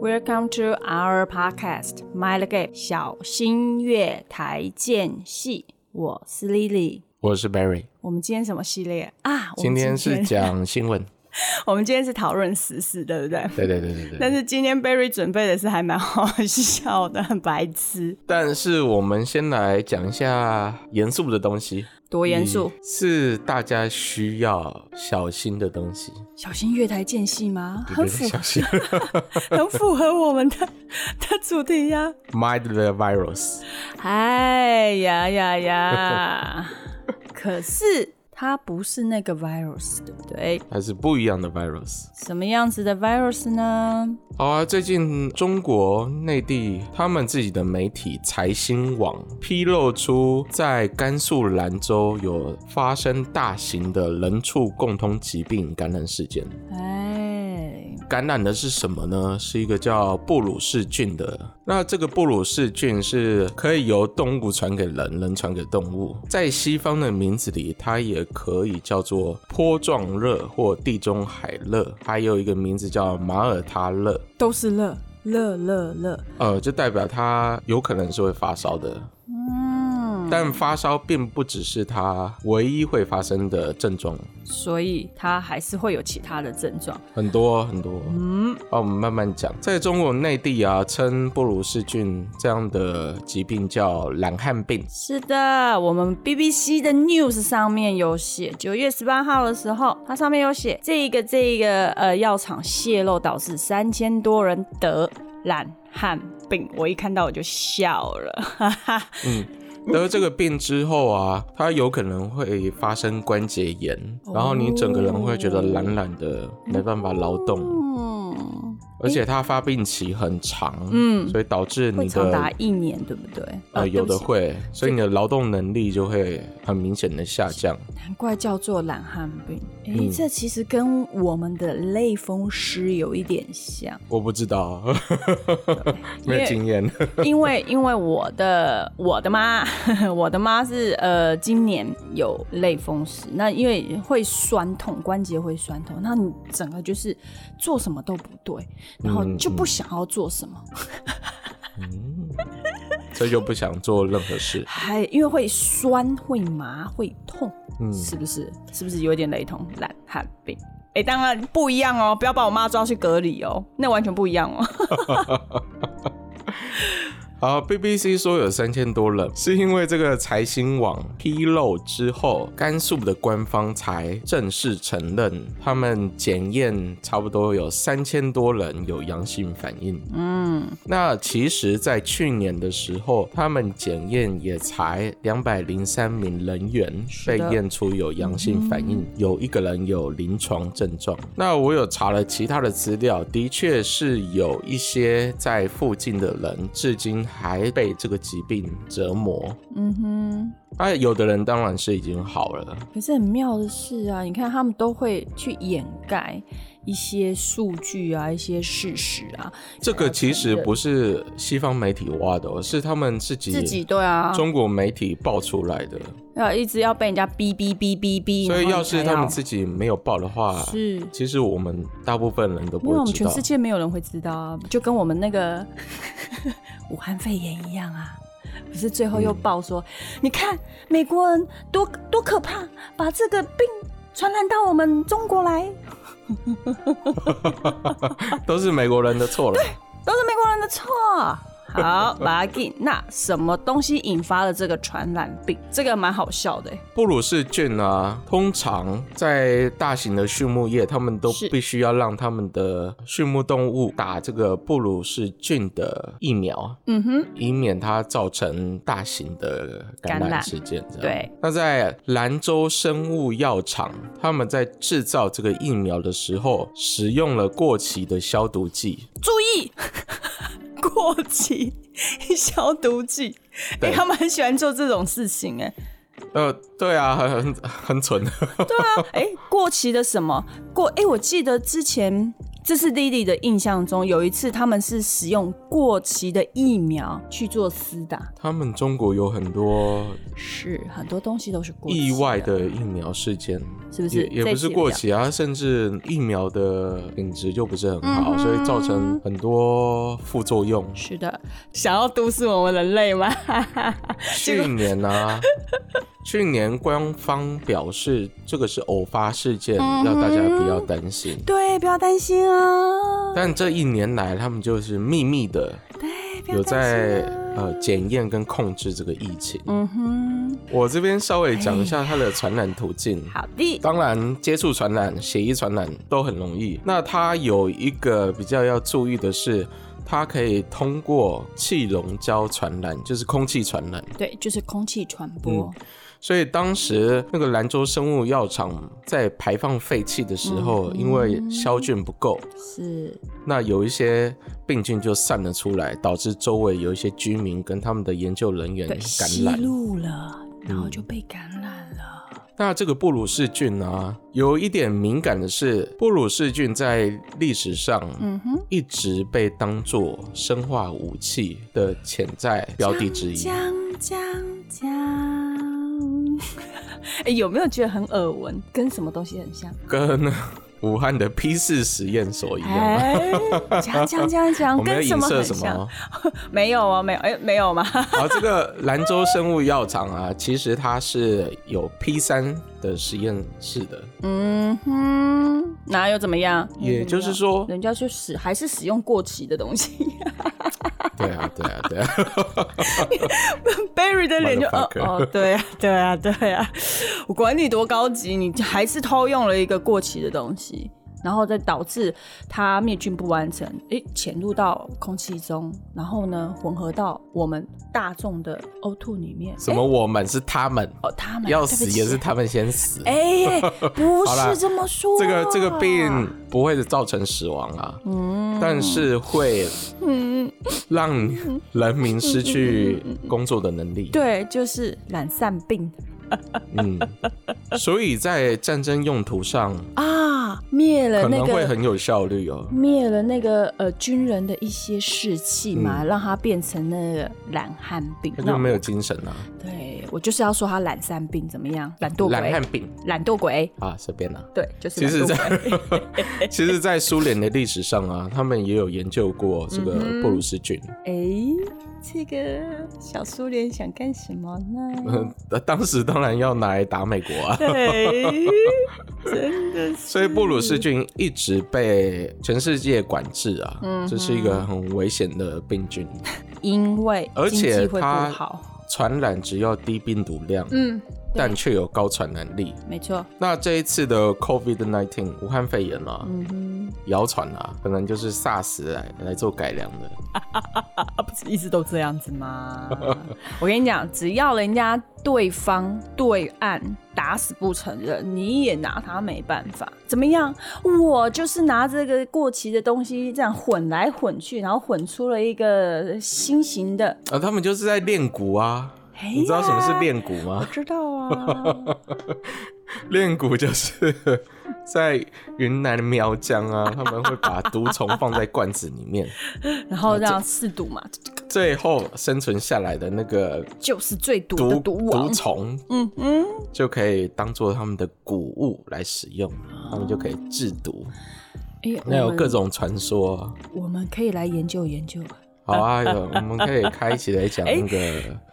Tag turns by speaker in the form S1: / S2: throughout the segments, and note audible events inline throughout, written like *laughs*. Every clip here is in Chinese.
S1: Welcome to our podcast Mind the Gap，小心月台间隙。我是 Lily，
S2: 我是 Barry，
S1: 我们今天什么系列啊？我
S2: 今
S1: 们
S2: 天是讲新闻。
S1: *laughs* 我们今天是讨论时事，对不对？
S2: *laughs* 对对对对对。
S1: 但是今天 Barry 准备的是还蛮好笑的，很白痴，
S2: 但是我们先来讲一下严肃的东西，
S1: 多严肃！
S2: 是大家需要小心的东西。
S1: 小心月台间隙吗？
S2: 你
S1: 很
S2: 觉
S1: 符
S2: 得
S1: *laughs*
S2: 小心
S1: 很符合我们的 *laughs* 的主题呀、
S2: ，mind the virus。
S1: 哎呀呀
S2: *laughs*
S1: 呀！可是它不是那个 virus，对不对？
S2: 它是不一样的 virus。
S1: 什么样子的 virus 呢？
S2: 好啊，最近中国内地他们自己的媒体财新网披露出，在甘肃兰州有发生大型的人畜共通疾病感染事件。
S1: 哎，
S2: 感染的是什么呢？是一个叫布鲁氏菌的。那这个布鲁氏菌是可以由动物传给人，人传给动物。在西方的名字里，它也可以叫做坡状热或地中海热，还有一个名字叫马耳他热。
S1: 都是乐乐乐乐。
S2: 呃，就代表它有可能是会发烧的。
S1: 嗯，
S2: 但发烧并不只是它唯一会发生的症状，
S1: 所以它还是会有其他的症状。
S2: 很多很多。嗯，啊，我们慢慢讲。在中国内地啊，称布鲁氏菌这样的疾病叫懒汉病。
S1: 是的，我们 BBC 的 news 上面有写，九月十八号的时候，它上面有写这个这个呃药厂泄露导致三千多人得懒汉病，我一看到我就笑了， *laughs* 哈哈。嗯
S2: 得了这个病之后啊，它有可能会发生关节炎，
S1: 哦
S2: 然后你整个人会觉得懒懒的，没办法劳动。
S1: 嗯
S2: 而且它发病期很长，
S1: 嗯
S2: 所以导致
S1: 会
S2: 你
S1: 长达
S2: 的
S1: 一年，对不对？
S2: 呃
S1: 哦
S2: 有的，
S1: 对不
S2: 会，所以你的劳动能力就会很明显的下降。
S1: 起难怪叫做懒汉病。哎、
S2: 嗯
S1: 这其实跟我们的类风湿有一点像。
S2: 我不知道， *laughs*
S1: 因
S2: 没
S1: 为
S2: 有经验。 *laughs*
S1: 因为 *laughs* 因为我的我的妈， *laughs* 我的妈是呃，今年有类风湿，那因为会酸痛，关节会酸痛，那你整个就是做什么都不对，然后
S2: 嗯
S1: 就不想要做什么，
S2: 嗯，所以就不想做任何事。
S1: 还因为会酸、会麻、会痛，
S2: 嗯，
S1: 是不是？是不是有点雷同？懒汉病。哎、当然不一样哦，不要把我妈抓去隔离哦，那完全不一样哦。
S2: 好，BBC 说有三千多人，是因为这个财新网披露之后，甘肃的官方才正式承认，他们检验差不多有三千多人有阳性反应。
S1: 嗯，
S2: 那其实，在去年的时候，他们检验也才两百零三名人员
S1: 是
S2: 被
S1: 的嗯
S2: 验出有阳性反应，有一个人有临床症状。那我有查了其他的资料，的确是有一些在附近的人，至今还被这个疾病折磨。
S1: 嗯哼。
S2: 那有的人当然是已经好了，
S1: 可是很妙的是啊，你看他们都会去掩盖一些数据啊、一些事实啊，
S2: 这个其实不是西方媒体挖的哦，是他们自己
S1: 自己对啊，
S2: 中国媒体爆出来的。
S1: 要一直要被人家逼逼逼逼逼，
S2: 所以
S1: 然后
S2: 要
S1: 你才
S2: 是他们啊自己没有报的话，
S1: 是，
S2: 其实我们大部分人都
S1: 因
S2: 不
S1: 为我
S2: 会
S1: 们
S2: 知
S1: 全
S2: 道
S1: 世。界没有人会知道啊，就跟我们那个 *laughs* 武汉肺炎一样啊。可是最后又爆说，
S2: 嗯
S1: 你看美国人多多可怕，把这个病传染到我们中国来，
S2: 都是美国人的错了。
S1: 都是美国人的错。好，把它给那什么东西引发了这个传染病？这个蛮好笑的欸、
S2: 布鲁氏菌啊，通常在大型的畜牧业，他们都
S1: 是
S2: 必须要让他们的畜牧动物打这个布鲁氏菌的疫苗，
S1: 嗯哼，
S2: 以免它造成大型的感
S1: 感染
S2: 染事件。这样
S1: 对，
S2: 那在兰州生物药厂，他们在制造这个疫苗的时候，使用了过期的消毒剂，
S1: 注意过期消毒剂。哎、
S2: 对
S1: 他们很喜欢做这种事情、 *laughs* 哎，
S2: 呃，对啊，很很很蠢。
S1: 对啊，哎、过期的什么过？哎、我记得之前这是 Lily 的印象中，有一次他们是使用过期的疫苗去做厮打，
S2: *laughs* 他们中国有很多
S1: 是很多东西都是过期啊
S2: 意外，的疫苗事件，
S1: 是不是
S2: 也也
S1: 这一集
S2: 不是
S1: 有
S2: 过
S1: 讲
S2: 期啊，甚至疫苗的品质就不是很好，
S1: 嗯哼
S2: 所以造成很多副
S1: *laughs*
S2: 作用。
S1: 是的，想要毒死我们人类吗？ *laughs*
S2: 去年啊，去年官方表示这个是偶发事件，
S1: 嗯哼
S2: 让大家不要担心。
S1: 对，不要担心啊，
S2: 但这一年来，他们就是秘密的
S1: 对，不要
S2: 有
S1: 担
S2: 在
S1: 心啊
S2: 呃检验跟控制这个疫情。
S1: 嗯哼，
S2: 我这边稍微讲一下它的传染途径。
S1: 哎好的，
S2: 当然，接触传染、血液传染都很容易。那它有一个比较要注意的是，它可以通过气溶胶传染，就是空气传染。
S1: 对，就是空气传播，
S2: 嗯所以当时那个兰州生物药厂在排放废气的时候，因为消菌不够，
S1: 是
S2: 那有一些病菌就散了出来，导致周围有一些居民跟他们的研究人员
S1: 对
S2: 感
S1: 吸
S2: 染。
S1: 入了，然后就被感染了，
S2: 那这个布鲁氏菌啊，有一点敏感的是，布鲁氏菌在历史上，
S1: 嗯哼，
S2: 一直被当作生化武器的潜在标的之一。
S1: 将将将。 *laughs* 哎、有没有觉得很耳闻？跟什么东西很像？
S2: 跟武汉的 P 四实验所一样啊，
S1: 哎，讲讲讲讲，
S2: *laughs* 我们要
S1: 跟什
S2: 影
S1: 么
S2: 射
S1: 很
S2: 什么
S1: 像
S2: 啊？？
S1: *laughs* 没有啊，没有，哎、没有吗？
S2: 好，这个兰州生物药厂啊， *laughs* 其实它是有 P 三的实验室的，
S1: 嗯哼，哪有怎么样？
S2: 也就是说，
S1: 人家就使还是使用过期的东西。
S2: 对啊，对啊，对啊，
S1: Barry 的脸就哦
S2: Motherfucker
S1: 哦，对啊，对啊，对啊，我管你多高级，你还是偷用了一个过期的东西，然后再导致它灭菌不完成，诶，潜入到空气中，然后呢，混合到我们大众的呕吐里面。
S2: 什么我们是他们，
S1: *laughs* 哦，他们
S2: 要
S1: 对不
S2: 死
S1: 起
S2: 也是他们先死。
S1: 哎、
S2: *laughs*
S1: 不
S2: 好啦
S1: 是这么说，啊
S2: 这个这个病不会造成死亡啊，
S1: 嗯
S2: 但是会让人民失
S1: 嗯
S2: 去工作的能力。
S1: 对，就是懒散病
S2: 嗯，所以在战争用途上
S1: 啊，灭了
S2: 可
S1: 那
S2: 能会
S1: 个
S2: 很有效率哦。
S1: 灭了那个呃军人的一些士气嘛，让他变成那个懒汉病。
S2: 嗯他
S1: 那
S2: 就没有精神啊，
S1: 对我就是要说他懒散病怎么样？懒惰
S2: 懒汉
S1: 鬼，
S2: 病
S1: 懒惰鬼，
S2: 啊，随便啦、
S1: 对，就是
S2: 其
S1: 懒
S2: 实
S1: 惰
S2: 在，
S1: 鬼。 *laughs*
S2: *laughs* 其实，在苏联的历史上啊，他们也有研究过这个
S1: 嗯
S2: 布鲁斯菌。
S1: 哎、这个小苏联想干什么呢？
S2: *laughs* 嗯，当时当然要拿来打美国啊，
S1: 对，真的是。
S2: 所以布鲁斯菌一直被全世界管制啊，
S1: 嗯
S2: 这是一个很危险的病菌，
S1: 因为
S2: 而
S1: 经济
S2: 且
S1: 会不
S2: 它
S1: 好，
S2: 传染只要低病毒量，
S1: 嗯，
S2: 但却有高传染力。
S1: 没错，
S2: 那这一次的 COVID-19 武汉肺炎啊，
S1: 嗯哼，
S2: 谣传啊，可能就是 SARS 来来做改良的。
S1: 啊，不是一直都这样子吗？ *laughs* 我跟你讲，只要人家对方对岸打死不承认，你也拿他没办法。怎么样？我就是拿这个过期的东西这样混来混去，然后混出了一个新型的。
S2: 啊，他们就是在练骨啊。
S1: 哎呀
S2: 你知道什么是？练骨吗
S1: *laughs* 我？知道
S2: *laughs*
S1: 啊，
S2: 练骨就是在云南的苗疆啊，他们会把毒虫放在罐子里面，
S1: 然后让试毒嘛，
S2: 最后生存下来的那个
S1: 就是最毒的
S2: 毒
S1: 毒王。
S2: 虫
S1: 嗯嗯，
S2: 就可以当做他们的谷物来使用，他们就可以制毒。
S1: 哎呀，
S2: 那有
S1: 我们
S2: 各种传说啊，
S1: 我们可以来研究研究。
S2: 好啊，
S1: *laughs*
S2: 有我们可以开一起来讲那个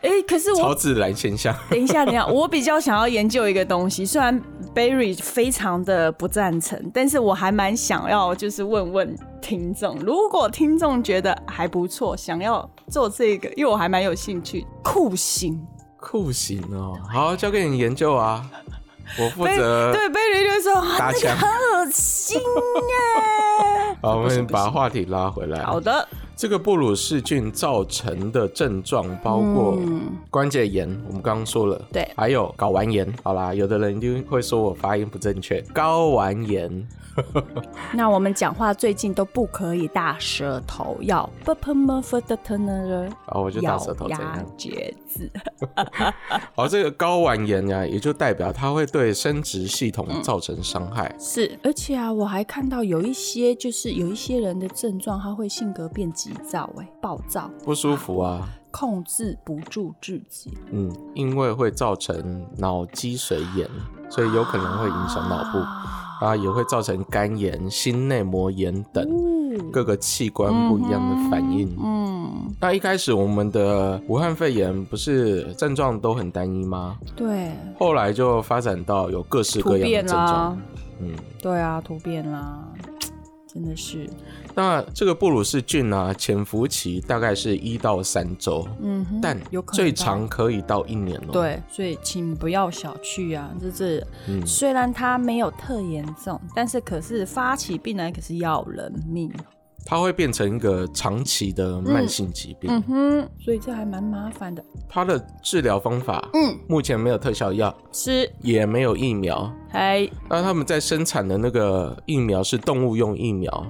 S1: 哎、可是我
S2: 超自然现象。
S1: 等一下，等一下，我比较想要研究一个东西，虽然 Barry 非常的不赞成，但是我还蛮想要就是问问听众，如果听众觉得还不错，想要做这个，因为我还蛮有兴趣，酷刑。
S2: 酷刑哦，好，交给你研究啊，我负责
S1: 对。，Barry 就说
S2: 打
S1: 啊，那
S2: 枪
S1: 个很恶心耶、
S2: 好，我
S1: 不行
S2: 们
S1: 不
S2: 把
S1: 行
S2: 话题拉回来。
S1: 好的，
S2: 这个布鲁氏菌造成的症状包括
S1: 嗯
S2: 关节炎，我们刚刚说了，
S1: 对
S2: 还有睾丸炎。好啦，有的人一定会说我发音不正确，睾丸炎。
S1: 那我们讲话最近都不可以大舌头，要 b p m f d t n
S2: 然哦后我就大舌头这
S1: 牙
S2: 样。
S1: 结子，
S2: 好，这个睾丸炎呀、也就代表它会对生殖系统造成伤害。
S1: 是，而且啊，我还看到有一些就是有一些人的症状，他会性格变急躁、哎，暴躁，
S2: 不舒服啊，
S1: 控制不住自己，
S2: 嗯，因为会造成脑积水炎，所以有可能会影响脑部，
S1: 啊
S2: 啊，也会造成肝炎、心内膜炎等
S1: 哦
S2: 各个器官不一样的反应。
S1: 嗯，
S2: 那一开始我们的武汉肺炎不是症状都很单一吗？
S1: 对，
S2: 后来就发展到有各式各
S1: 突
S2: 样
S1: 变啊
S2: 的症
S1: 啦
S2: 状。，嗯，
S1: 对啊，突变啦，真的是，
S2: 那这个布鲁氏菌啊，潜伏期大概是一到三周，
S1: 嗯哼，
S2: 但
S1: 有可能
S2: 最
S1: 到
S2: 长可以到一年哦。，
S1: 对，所以请不要小觑啊！这是、
S2: 嗯
S1: 虽然它没有特严重，但是可是发起病来可是要人命。
S2: 它会变成一个长期的慢性疾病。
S1: 嗯哼，所以这还蛮麻烦的。
S2: 它的治疗方法
S1: 嗯，
S2: 目前没有特效药，
S1: 吃
S2: 也没有疫苗。
S1: 还
S2: 那他们在生产的那个疫苗是动物用
S1: *laughs*
S2: 疫苗，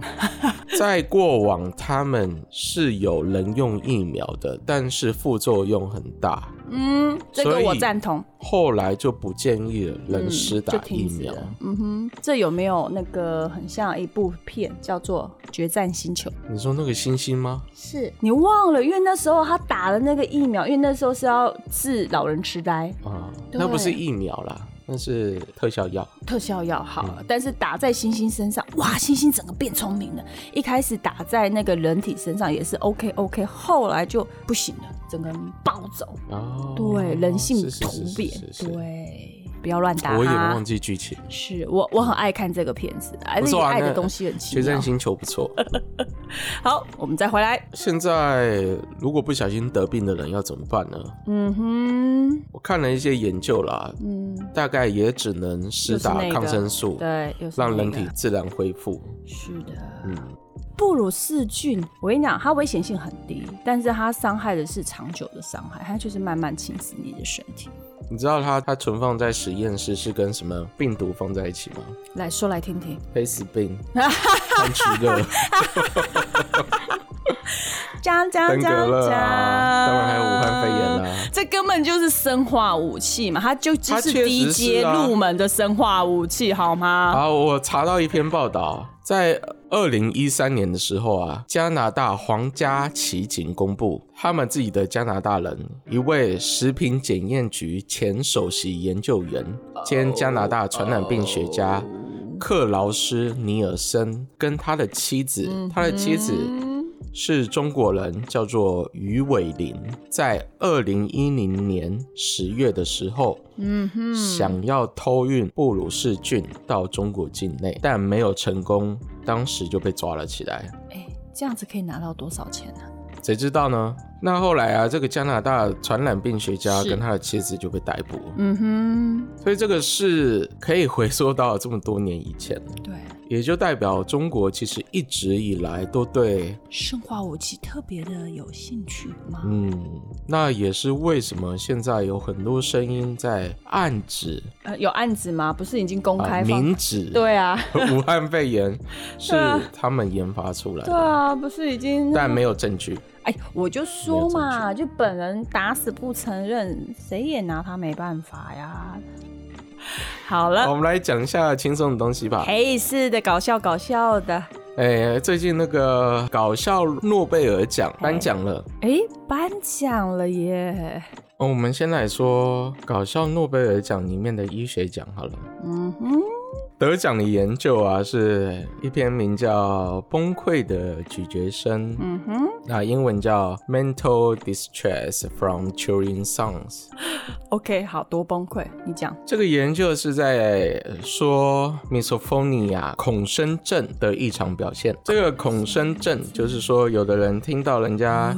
S2: 在过往他们是有人用疫苗的，但是副作用很大，
S1: 嗯，这
S2: 所
S1: 个
S2: 以
S1: 我赞同。
S2: 后来就不建议人
S1: 嗯
S2: 施
S1: 就
S2: 打疫
S1: 停止
S2: 苗。
S1: 了嗯哼，这有没有那个很像一部片叫做《决战星球》？
S2: 你说那个星星吗？
S1: 是你忘了？因为那时候他打了那个疫苗，因为那时候是要治老人痴呆。
S2: 啊，
S1: 对
S2: 那不是疫苗啦，那是特效药。
S1: 特效药好
S2: 嗯
S1: 了，但是打在星星身上，哇，星星整个变聪明了。一开始打在那个人体身上也是 OK OK，后来就不行了，整个人暴走，
S2: 哦，
S1: 对，人性
S2: 是是
S1: 突
S2: 是是
S1: 变
S2: 是，是
S1: 对，不要乱打
S2: 我有点
S1: 哈
S2: 忘。记剧情。
S1: 是我我很爱看这个片子，而
S2: 不
S1: 且
S2: 错啊
S1: 爱的
S2: 那
S1: 东西很奇
S2: 决
S1: 妙
S2: 战。星球不错。
S1: 好，我们再回来。
S2: 现在如果不小心得病的人要怎么办呢？
S1: 嗯哼，
S2: 我看了一些研究啦，
S1: 嗯，
S2: 大概也只能施打
S1: 就是那个
S2: 抗生素，
S1: 对，又是
S2: 让
S1: 那
S2: 人
S1: 个
S2: 体自然恢复。
S1: 是的，
S2: 嗯，
S1: 布鲁氏菌，我跟你讲，它危险性很低，但是它伤害的是长久的伤害，它就是慢慢侵蚀你的身体。
S2: 你知道它它存放在实验室是跟什么病毒放在一起吗？
S1: 来说来听听，
S2: 黑死病、炭疽热、
S1: 讲讲
S2: 登革
S1: 讲
S2: 热
S1: 讲，
S2: 啊，当然还有武汉肺炎啦、
S1: 这根本就是生化武器嘛，它就只
S2: 它
S1: 是
S2: 确实
S1: 低阶
S2: 是啊
S1: 入门的生化武器，好吗？
S2: 啊，我查到一篇报道，在二零一三年的时候啊，加拿大皇家骑警公布，他们自己的加拿大人一位食品检验局前首席研究员兼加拿大传染病学家。克劳斯尼尔森跟他的妻子，
S1: 嗯
S2: 他的妻子是中国人，叫做于伟林，在二零一零年十月的时候，
S1: 嗯哼，
S2: 想要偷运布鲁氏菌到中国境内，但没有成功，当时就被抓了起来。
S1: 哎，这样子可以拿到多少钱啊？
S2: 谁知道呢？那后来啊，这个加拿大传染病学家
S1: 是
S2: 跟他的妻子就被逮捕，
S1: 嗯
S2: 所以这个事可以回溯到这么多年以前，
S1: 哼，对，
S2: 也就代表中国其实一直以来都对，
S1: 生化武器特别的有兴趣吗？
S2: 嗯，那也是为什么现在有很多声音在暗指
S1: 呃，有案子吗？不是已经公
S2: 啊、
S1: 开放？
S2: 明指，，
S1: 对啊，
S2: *laughs* 武汉
S1: *laughs*
S2: 肺炎是
S1: 对啊
S2: 他们研发出来
S1: 对
S2: 的。
S1: 啊，不是已经
S2: 但没有证据。
S1: 哎，我就说
S2: 没
S1: 嘛，就本人打死不承认，谁也拿他没办法呀。好
S2: 好，
S1: 了
S2: 我，们来讲一下轻松的东西吧。
S1: 黑是的，搞笑搞笑的。
S2: 哎，最近那个搞笑诺贝尔奖
S1: 嘿
S2: 颁奖了。
S1: 哎，颁奖了耶！
S2: 哦，我们先来说搞笑诺贝尔奖里面的医学奖好了。
S1: 嗯哼，
S2: 得奖的研究啊，是一篇名叫《崩溃的咀嚼声》，
S1: 嗯哼
S2: 那英文叫《Mental Distress from Children's Songs》。
S1: ，OK，好多崩溃，你讲。
S2: 这个研究是在说 misophonia 恐声症的异常表现。这个恐声症就是说，有的人听到人家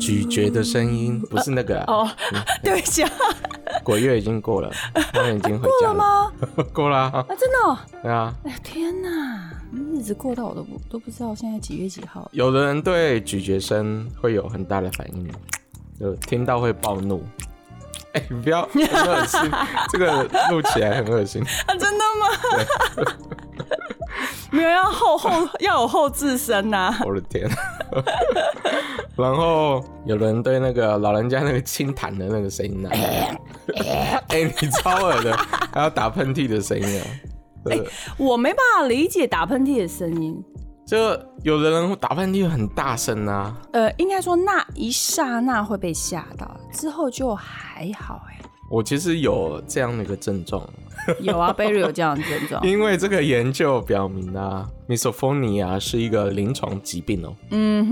S2: 咀嚼的声音，不是那个、啊、
S1: 哦， *laughs* 对不起
S2: 嗯
S1: 啊，
S2: 鬼月已经过了，他们已经回家了
S1: 吗？
S2: *laughs* 过了啊，
S1: 啊，真的、哦？
S2: 对啊，
S1: 哎，天哪！嗯日子过到我都不都不知道现在几月几号。
S2: 有的人对咀嚼声会有很大的反应，就听到会暴怒。哎、你不要，很恶心，这个录起来很恶心。
S1: 啊，真的吗？ *laughs* 没有要后后要有后置啊声呐、
S2: 我的天！啊 *laughs* 然后有人对那个老人家那个清痰的那个声音呢、啊哎、你超恶的，还有打喷嚏的声音啊！对，
S1: 我没办法理解打喷嚏的声音。
S2: 就有的人打喷嚏很大声啊，
S1: 呃，应该说那一刹那会被吓到，之后就还好哎、
S2: 我其实有这样的一个症状，
S1: 有 *laughs* 啊，Berry 有这样的症状。
S2: 因为这个研究表明啊，misophonia 是一个临床疾病哦，
S1: 嗯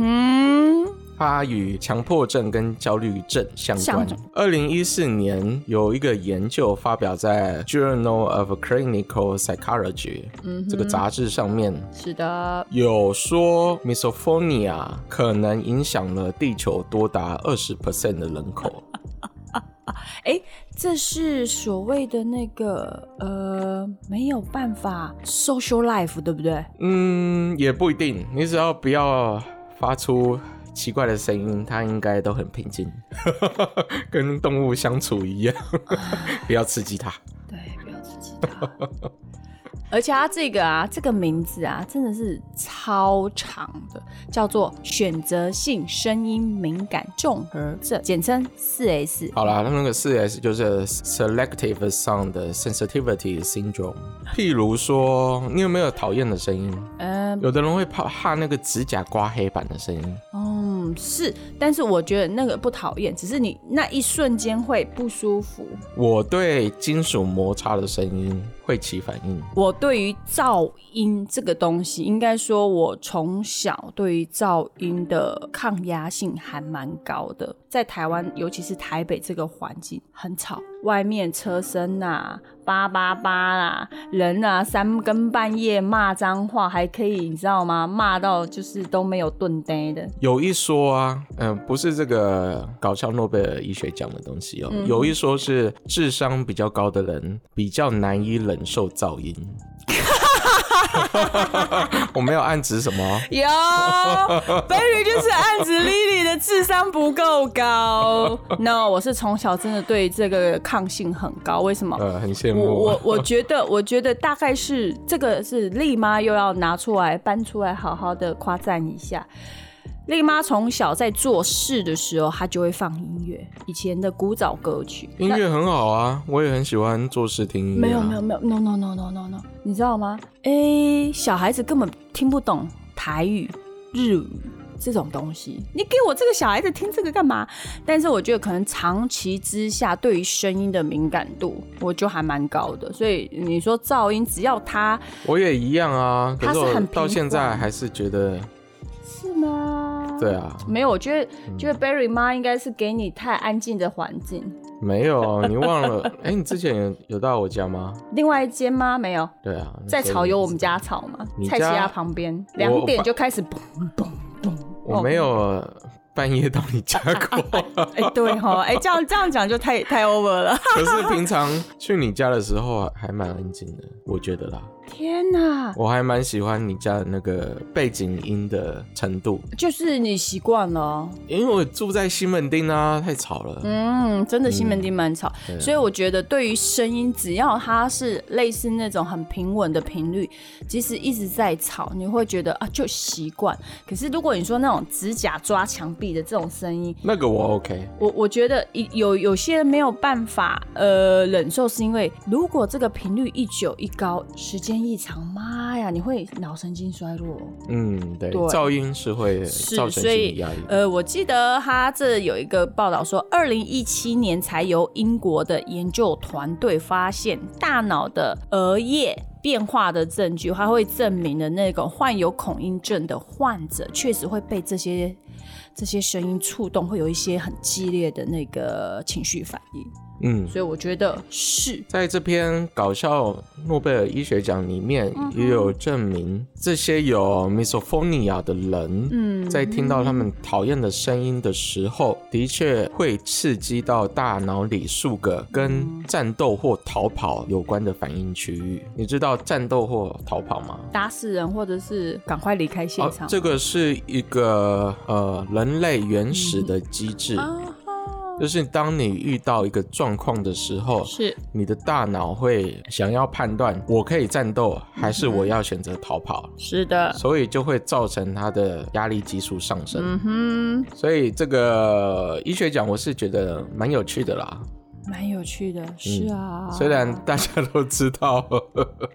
S1: 哼，
S2: 它与强迫症跟焦虑症相关
S1: 相关。
S2: 二零一四年有一个研究发表在《Journal of Clinical Psychology》这个杂志上面，
S1: 嗯是的，
S2: 有说 misophonia 可能影响了地球多达二十 percent 的人口。
S1: 哎、这是所谓的那个呃没有办法 social life，对不对？
S2: 嗯，也不一定，你只要不要发出奇怪的声音，它应该都很平静， *laughs* 跟动物相处一样，不要刺激它。
S1: 对，不要刺激他。而且它这个啊，这个名字啊，真的是超长的，叫做选择性声音敏感综合症，简称四 S。
S2: 好啦，那那个四 S 就是 selective sound sensitivity syndrome。譬如说，你有没有讨厌的声音？
S1: 嗯
S2: 有的人会怕怕那个指甲刮黑板的声音，
S1: 嗯，是，但是我觉得那个不讨厌，只是你那一瞬间会不舒服。
S2: 我对金属摩擦的声音会起反应。
S1: 我对于噪音这个东西，应该说我从小对于噪音的抗压性还蛮高的。在台湾，尤其是台北这个环境很吵，外面车声啊、叭叭叭啦、人啊，三更半夜骂脏话，还可以，你知道吗？骂到就是都没有顿呆的。
S2: 有一说啊，嗯、不是这个搞笑诺贝尔医学奖的东西哦。
S1: 嗯
S2: 有一说是智商比较高的人比较难以忍受
S1: *laughs*
S2: 噪音。 *laughs* 我没有暗指什么哦，
S1: *laughs* 有，Berry 就是暗指 Lily 的智商不够高。No，我是 *laughs* 从小真的对这个抗性很高，为什么？
S2: 呃，很羡
S1: 我
S2: 慕啊。
S1: 我我觉得，我觉得大概是这个是丽妈又要拿出来搬出来，好好的夸赞一下。丽妈从小在做事的时候，她就会放音乐，以前的古早歌曲。
S2: 音乐很好啊，我也很喜欢做事听音乐、啊。
S1: 没有没有没有，no no no no no no，你知道吗？诶，小孩子根本听不懂台语、日语这种东西，你给我这个小孩子听这个干嘛？但是我觉得可能长期之下，对于声音的敏感度，我就还蛮高的。所以你说噪音，只要它
S2: 我也一样啊。可
S1: 它
S2: 是
S1: 是
S2: 我
S1: 很
S2: 到
S1: 平
S2: 现在
S1: 缓
S2: 还是觉得，
S1: 是吗？
S2: 对。啊，
S1: 没有，我觉得觉得 Berry 妈应该是给你太安静的环境。
S2: 没有，你忘了？ *laughs* 哎、你之前有有到我家吗？
S1: 另外一间吗？没有，
S2: 对啊，
S1: 在
S2: 所以
S1: 草有我们家草嘛，
S2: 你
S1: 蔡奇
S2: 家
S1: 亚旁边，
S2: 我
S1: 两点就开始嘣嘣嘣。
S2: 我没有半夜到你家
S1: *laughs*
S2: 过。
S1: 哎、对哈，哎、这样这样讲就太太 over 了。
S2: 可是平常去你家的时候啊还蛮安静的，我觉得啦，
S1: *laughs* 天哪，
S2: 我还蛮喜欢你家的那个背景音的程度，
S1: 就是你习惯了哦。
S2: 因为我住在西门町啊，太吵了。
S1: 嗯，真的西门町蛮吵，所以我觉得对于声音，只要它是类似那种很平稳的频率，即使一直在吵，你会觉得啊就习惯。可是如果你说那种指甲抓墙壁的这种声音，
S2: 那个我 OK，
S1: 我我觉得一有有些人没有办法呃忍受，是因为如果这个频率一久一高，时间一长，妈呀，你会脑神经衰弱哦、
S2: 嗯，对，
S1: 对
S2: 噪音是会
S1: 是
S2: 造成心
S1: 所以
S2: 理压力。
S1: 呃，我记得他这有一个报道说，二零一七年才由英国的研究团队发现大脑的额叶。变化的证据，它会证明的那个患有恐音症的患者，确实会被这些这些声音触动，会有一些很激烈的那个情绪反应。
S2: 嗯，
S1: 所以我觉得是
S2: 在这篇搞笑诺贝尔医学奖里面，
S1: 嗯
S2: 也有证明这些有 misophonia 的人，
S1: 嗯
S2: 在听到他们讨厌的声音的时候，的确会刺激到大脑里数个跟战斗或逃跑有关的反应区域。你知道战斗或逃跑吗？啊
S1: 打死人或者是赶快离开现场。
S2: 哦这个是一个呃人类原始的机制，
S1: 啊
S2: 就是当你遇到一个状况的时候，
S1: 是
S2: 你的大脑会想要判断我可以战斗，还是我要选择逃跑，
S1: 是的，
S2: 所以就会造成他的压力激素上升。
S1: 嗯
S2: 所以这个医学奖我是觉得蛮有趣的啦，
S1: 哼，蛮有趣的，是啊。
S2: 虽然大家都知道 *laughs*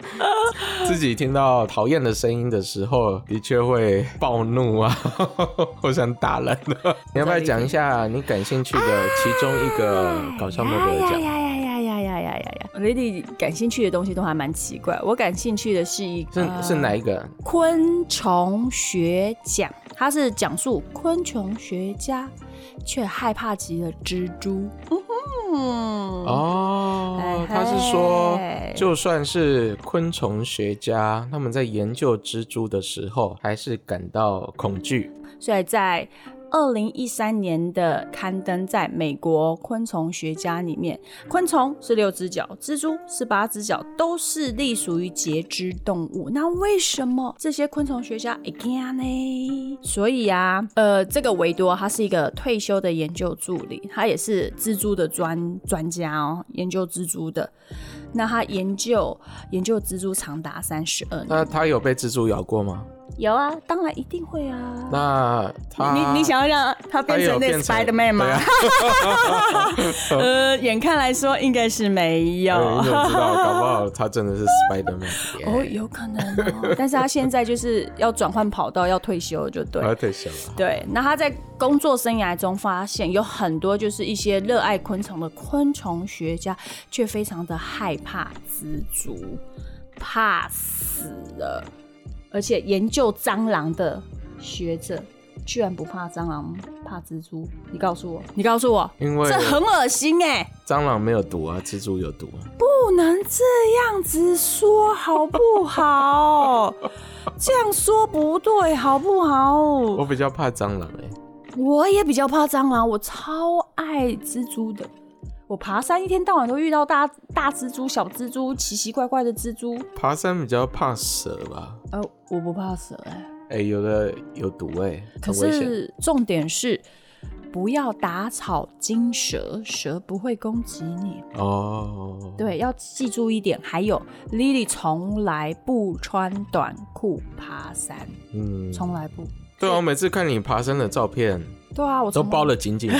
S2: 自己听到讨厌的声音的时候，的确会暴怒啊， *laughs* 或想打人的。你要不要讲一下你感兴趣的其中一个搞笑诺贝尔
S1: 啊呀
S2: 奖？
S1: 呀呀呀呀呀呀呀呀！Lady 感兴趣的东西都还蛮奇怪，我感兴趣的是一个
S2: 是是哪一个？
S1: 嗯昆虫学奖，它是讲述昆虫学家却害怕极了蜘蛛。嗯哼，
S2: 哦
S1: 嘿，
S2: 他是说
S1: 哎嘿，
S2: 就算是昆虫学家，他们在研究蜘蛛的时候，还是感到恐惧。
S1: 所以在二零一三年的刊登在美国昆虫学家里面，昆虫是六只脚，蜘蛛是八只脚，都是隶属于节肢动物。那为什么这些昆虫学家会怕呢？所以啊，呃，这个维多他是一个退休的研究助理，他也是蜘蛛的专专家哦，研究蜘蛛的。那他研究研究蜘蛛长达三十二年，
S2: 那他有被蜘蛛咬过吗？
S1: 有啊，当然一定会啊。
S2: 那他
S1: 你你想要让他
S2: 他
S1: 变
S2: 有
S1: 成那
S2: 变
S1: Spider Man 吗？
S2: 对啊
S1: *laughs* 呃，眼看来说应该是没有。
S2: 哎你怎么知道？搞不好他真的是哎 Spider Man。
S1: 啊 *laughs* 哦，有可能、哦，但是他现在就是要转换跑道，要退休了就对了。
S2: 他太小了。
S1: 对，那他在工作生涯中发现，有很多就是一些热爱昆虫的昆虫学家，却非常的害怕蜘蛛，怕死了。而且研究蟑螂的学者，居然不怕蟑螂，怕蜘蛛。你告诉我，你告诉我，
S2: 因为
S1: 这很恶心哎、
S2: 蟑螂没有毒啊，蜘蛛有毒啊。
S1: 不能这样子说好不 *laughs* 好？这样说不对好不好？
S2: 我比较怕蟑螂哎、
S1: 我也比较怕蟑螂，我超爱蜘蛛的。我爬山一天到晚都遇到大大蜘蛛、小蜘蛛、奇奇怪怪的蜘蛛。
S2: 爬山比较怕蛇吧？
S1: 呃，我不怕蛇哎、
S2: 哎、有的有毒哎、
S1: 可
S2: 很危险。
S1: 是重点是不要打草惊蛇，蛇不会攻击你。
S2: 哦，，
S1: 对，要记住一点。还有，Lily 从来不穿短裤爬山，
S2: 嗯，
S1: 从来不。
S2: 对啊，我每次看你爬山的照片，
S1: 对啊，我
S2: 都
S1: 从来
S2: 包得紧紧的，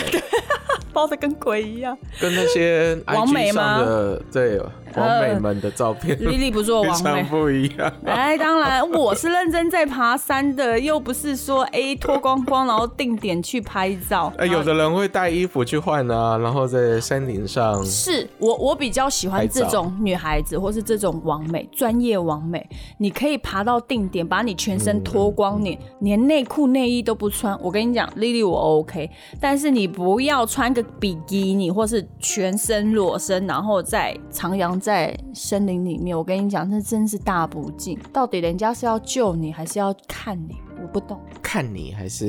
S1: 包的 *laughs* 跟鬼一
S2: *laughs*
S1: 样。
S2: 跟那些
S1: *laughs* 王美
S2: IG 上
S1: 吗
S2: 的对王美们的
S1: *laughs*
S2: 照片
S1: Lily 不做
S2: 非
S1: 王欸美
S2: 常。不一样。
S1: *laughs* 哎，当然，我是认真在爬山的，又不是说哎脱光光然后定点去拍照。
S2: 哎，有的人会带衣服去换啊，然后在山顶上，
S1: 是我我比较喜欢
S2: 拍照
S1: 这种女孩子，或是这种完美专业完美，你可以爬到定点，把你全身脱光，你连内裤内衣都不穿。我跟你讲，Lily 我 OK，但是你不要穿个比基尼或是全身裸身，然后在徜徉在森林里面。我跟你讲，那真是大不敬。到底人家是要救你，还是要看你？我不懂。
S2: 看你还是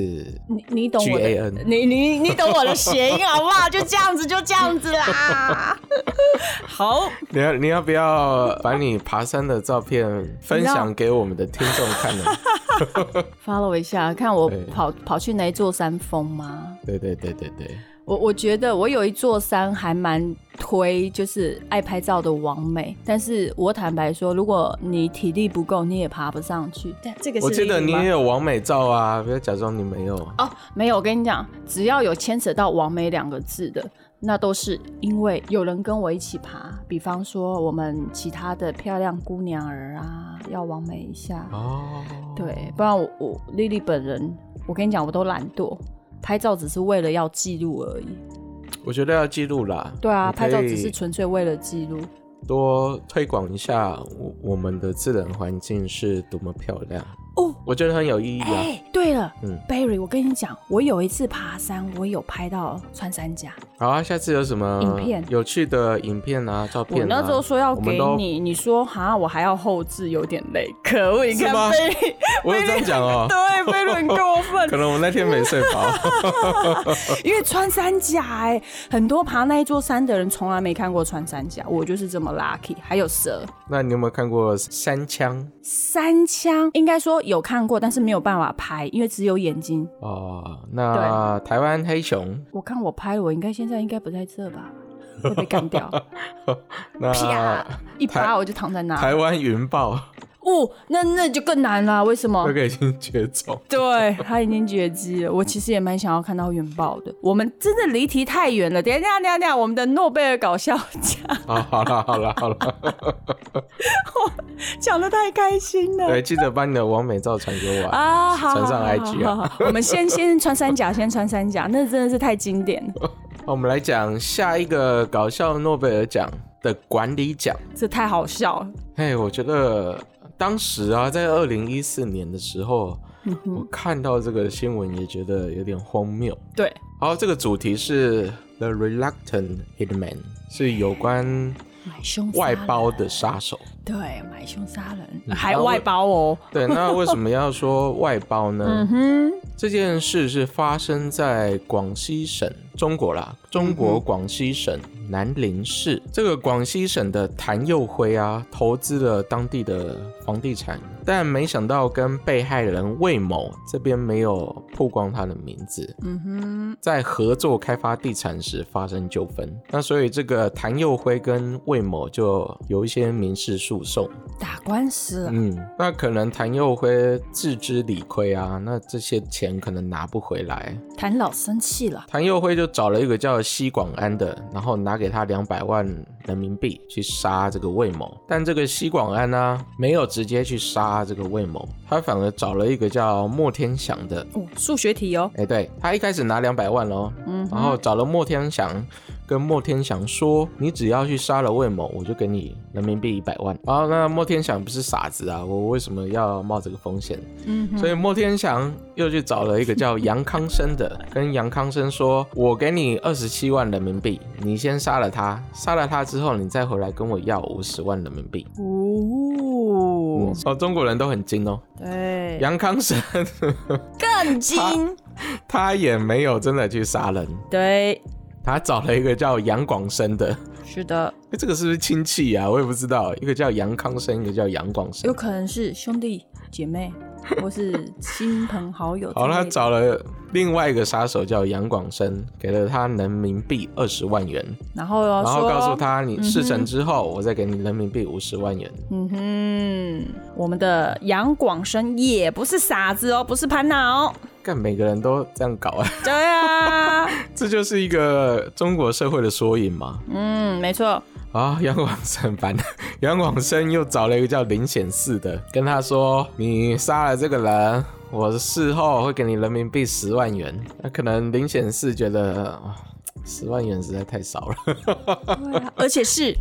S1: 你你懂我
S2: G A
S1: 的
S2: N，
S1: 你你你懂我的谐音好不
S2: *laughs*
S1: 好？就这样子，就这样子啦。好，
S2: 你要你要不要把你爬山的照片分享给我们的听众看呢？
S1: follow 一下，看我
S2: 对
S1: 跑跑去哪一座山峰吗？
S2: *laughs* 对对对对对，
S1: 我我觉得我有一座山还蛮推，就是爱拍照的王美。但是我坦白说，如果你体力不够，你也爬不上去。但这个是
S2: 我记得
S1: 理
S2: 你
S1: 由吗
S2: 也有完美照啊，不要假装你没有。
S1: 哦，没有，我跟你讲，只要有牵扯到“完美”两个字的，那都是因为有人跟我一起爬，比方说我们其他的漂亮姑娘儿啊，要完美一下。
S2: 哦，
S1: 对，不然我我丽丽本人，我跟你讲，我都懒惰，拍照只是为了要记录而已。
S2: 我觉得要记录啦。
S1: 对啊，
S2: 你可
S1: 拍
S2: 以
S1: 照只是纯粹为了记录。
S2: 多推广一下我我们的自然环境是多么漂亮
S1: 哦，
S2: 我觉得很有意义
S1: 哎、
S2: 啊。
S1: 对了，
S2: 嗯
S1: b a r r y 我跟你讲，我有一次爬山，我有拍到穿山甲，
S2: 好啊，下次有什么
S1: 影片
S2: 有趣的影片啊、照
S1: 我
S2: 片、啊，
S1: 那时候说要
S2: 我们
S1: 给
S2: 都，
S1: 你，你说哈，我还要后置，有点累。可恶，你
S2: 是吗
S1: 看飞，
S2: *laughs* 我有这样讲哦、
S1: 对，飞轮过
S2: *laughs* 可
S1: 分，
S2: 能我那天没睡
S1: *laughs*
S2: 饱。
S1: 因为穿山甲哎、很多爬那一座山的人从来没看过穿山甲，我就是这么 lucky。还有蛇、
S2: 那你有没有看过山枪
S1: 三枪，应该说有看过，但是没有办法拍，因为只有眼睛。
S2: 哦？那台湾黑熊，
S1: 我看我拍，我应该现在应该不在这吧？会被干
S2: *laughs*
S1: 掉，
S2: 那
S1: 啪一
S2: 台
S1: 巴我就躺在那。
S2: 台湾云豹，
S1: 哦，那那就更难了，为什么
S2: 这？个已经绝
S1: *laughs*
S2: 种。
S1: 对，他已经绝迹了。我其实也蛮想要看到云豹的。我们真的离题太远了。等一下，等一下，等一下，我们的诺贝尔搞笑奖 *laughs*
S2: 好，好了，好了，好了。
S1: 讲的太开心了
S2: 对，记得把你的完美照传给我啊。
S1: 啊！好，
S2: 传
S1: 好
S2: 上
S1: 好
S2: IG
S1: 好
S2: 啊
S1: 好好我们先先穿山甲，先穿山甲，那真的是太经典了，
S2: 那我们来讲下一个搞笑诺贝尔奖的管理奖。
S1: 这太好笑了。
S2: 嘿，我觉得当时啊，在二零一四年的时候，我看到这个新闻也觉得有点荒谬。
S1: 对，
S2: 好，这个主题是 The Reluctant Hitman，是有关
S1: 买凶
S2: 外包，的杀手。
S1: 对，买凶杀人
S2: 嗯
S1: 还外包哦。
S2: 对，那为什么要说外包呢
S1: 嗯？哼，
S2: 这件事是发生在广西省，中国啦，中国广西省南宁市。这个广西省的谭佑辉啊，投资了当地的房地产，但没想到跟被害人魏某这边没有曝光他的名字，
S1: 嗯哼，
S2: 在合作开发地产时发生纠纷。那所以这个谭佑辉跟魏某就有一些民事诉讼。
S1: 打官司啊，
S2: 嗯，那可能谭佑辉自知理亏啊，那这些钱可能拿不回来。
S1: 谭老生气了。
S2: 谭佑辉就找了一个叫西广安的，然后拿给他两百万人民币去杀这个魏某。但这个西广安呢、没有直接去杀这个魏某，他反而找了一个叫莫天祥的。
S1: 哦，数学题哦。
S2: 哎，对他一开始拿两百万哦，
S1: 嗯
S2: 然后找了莫天祥，跟莫天祥说：“你只要去杀了魏某，我就给你人民币一百万。”然后那莫天祥不是傻子啊，我为什么要冒这个风险？
S1: 嗯哼，
S2: 所以莫天祥又去找了一个叫杨康生的，跟杨康生说：“我给你二十七万人民币，你先杀了他，杀了他之后，你再回来跟我要五十万人民币。”
S1: 哦，
S2: 哦，中国人都很精哦。
S1: 对，
S2: 杨康生
S1: 更精，
S2: 他也没有真的去杀人，
S1: 对，
S2: 他找了一个叫杨广生的。
S1: 是的，
S2: 欸这个是不是亲戚啊？我也不知道，一个叫杨康生，一个叫杨广生
S1: 有。可能是兄弟姐 *laughs* 妹或是亲朋好友之类
S2: 好，
S1: 的。
S2: 他找了另外一个杀手叫杨广生，给了他人民币二十万元，
S1: 然后然
S2: 然后告诉，他你事成之后，我再给你人民币五十万元。
S1: 嗯哼，我们的杨广生也不是傻子哦，不是潘娜哦，
S2: 干，每个人都这样搞啊，
S1: 对啊，
S2: *laughs* 这就是一个中国社会的缩影嘛。
S1: *laughs* 嗯，没错，
S2: 啊，杨广生烦 *laughs* 了，杨广生又找了一个叫林显四的，跟他说：“你杀了这个人，我事后会给你人民币十万元。”那可能林显四觉得啊十万元实在太少了，
S1: 对啊，而且是，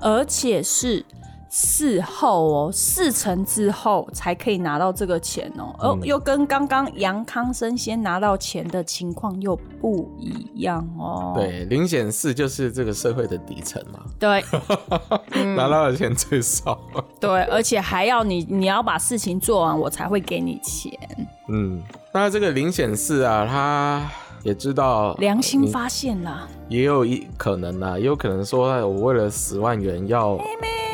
S1: 而且是。事后哦，事成之后才可以拿到这个钱哦，而
S2: 嗯
S1: 又跟刚刚杨康生先拿到钱的情况又不一样哦。
S2: 对，林显四就是这个社会的底层嘛，
S1: 对，
S2: 拿到的钱最少。
S1: 对，而且还要你，你要把事情做完，我才会给你钱。
S2: 嗯，那这个林显四啊，他。也知道
S1: 良心
S2: 你
S1: 发现啦，
S2: 也有一可能啊，也有可能说哎我为了十万元要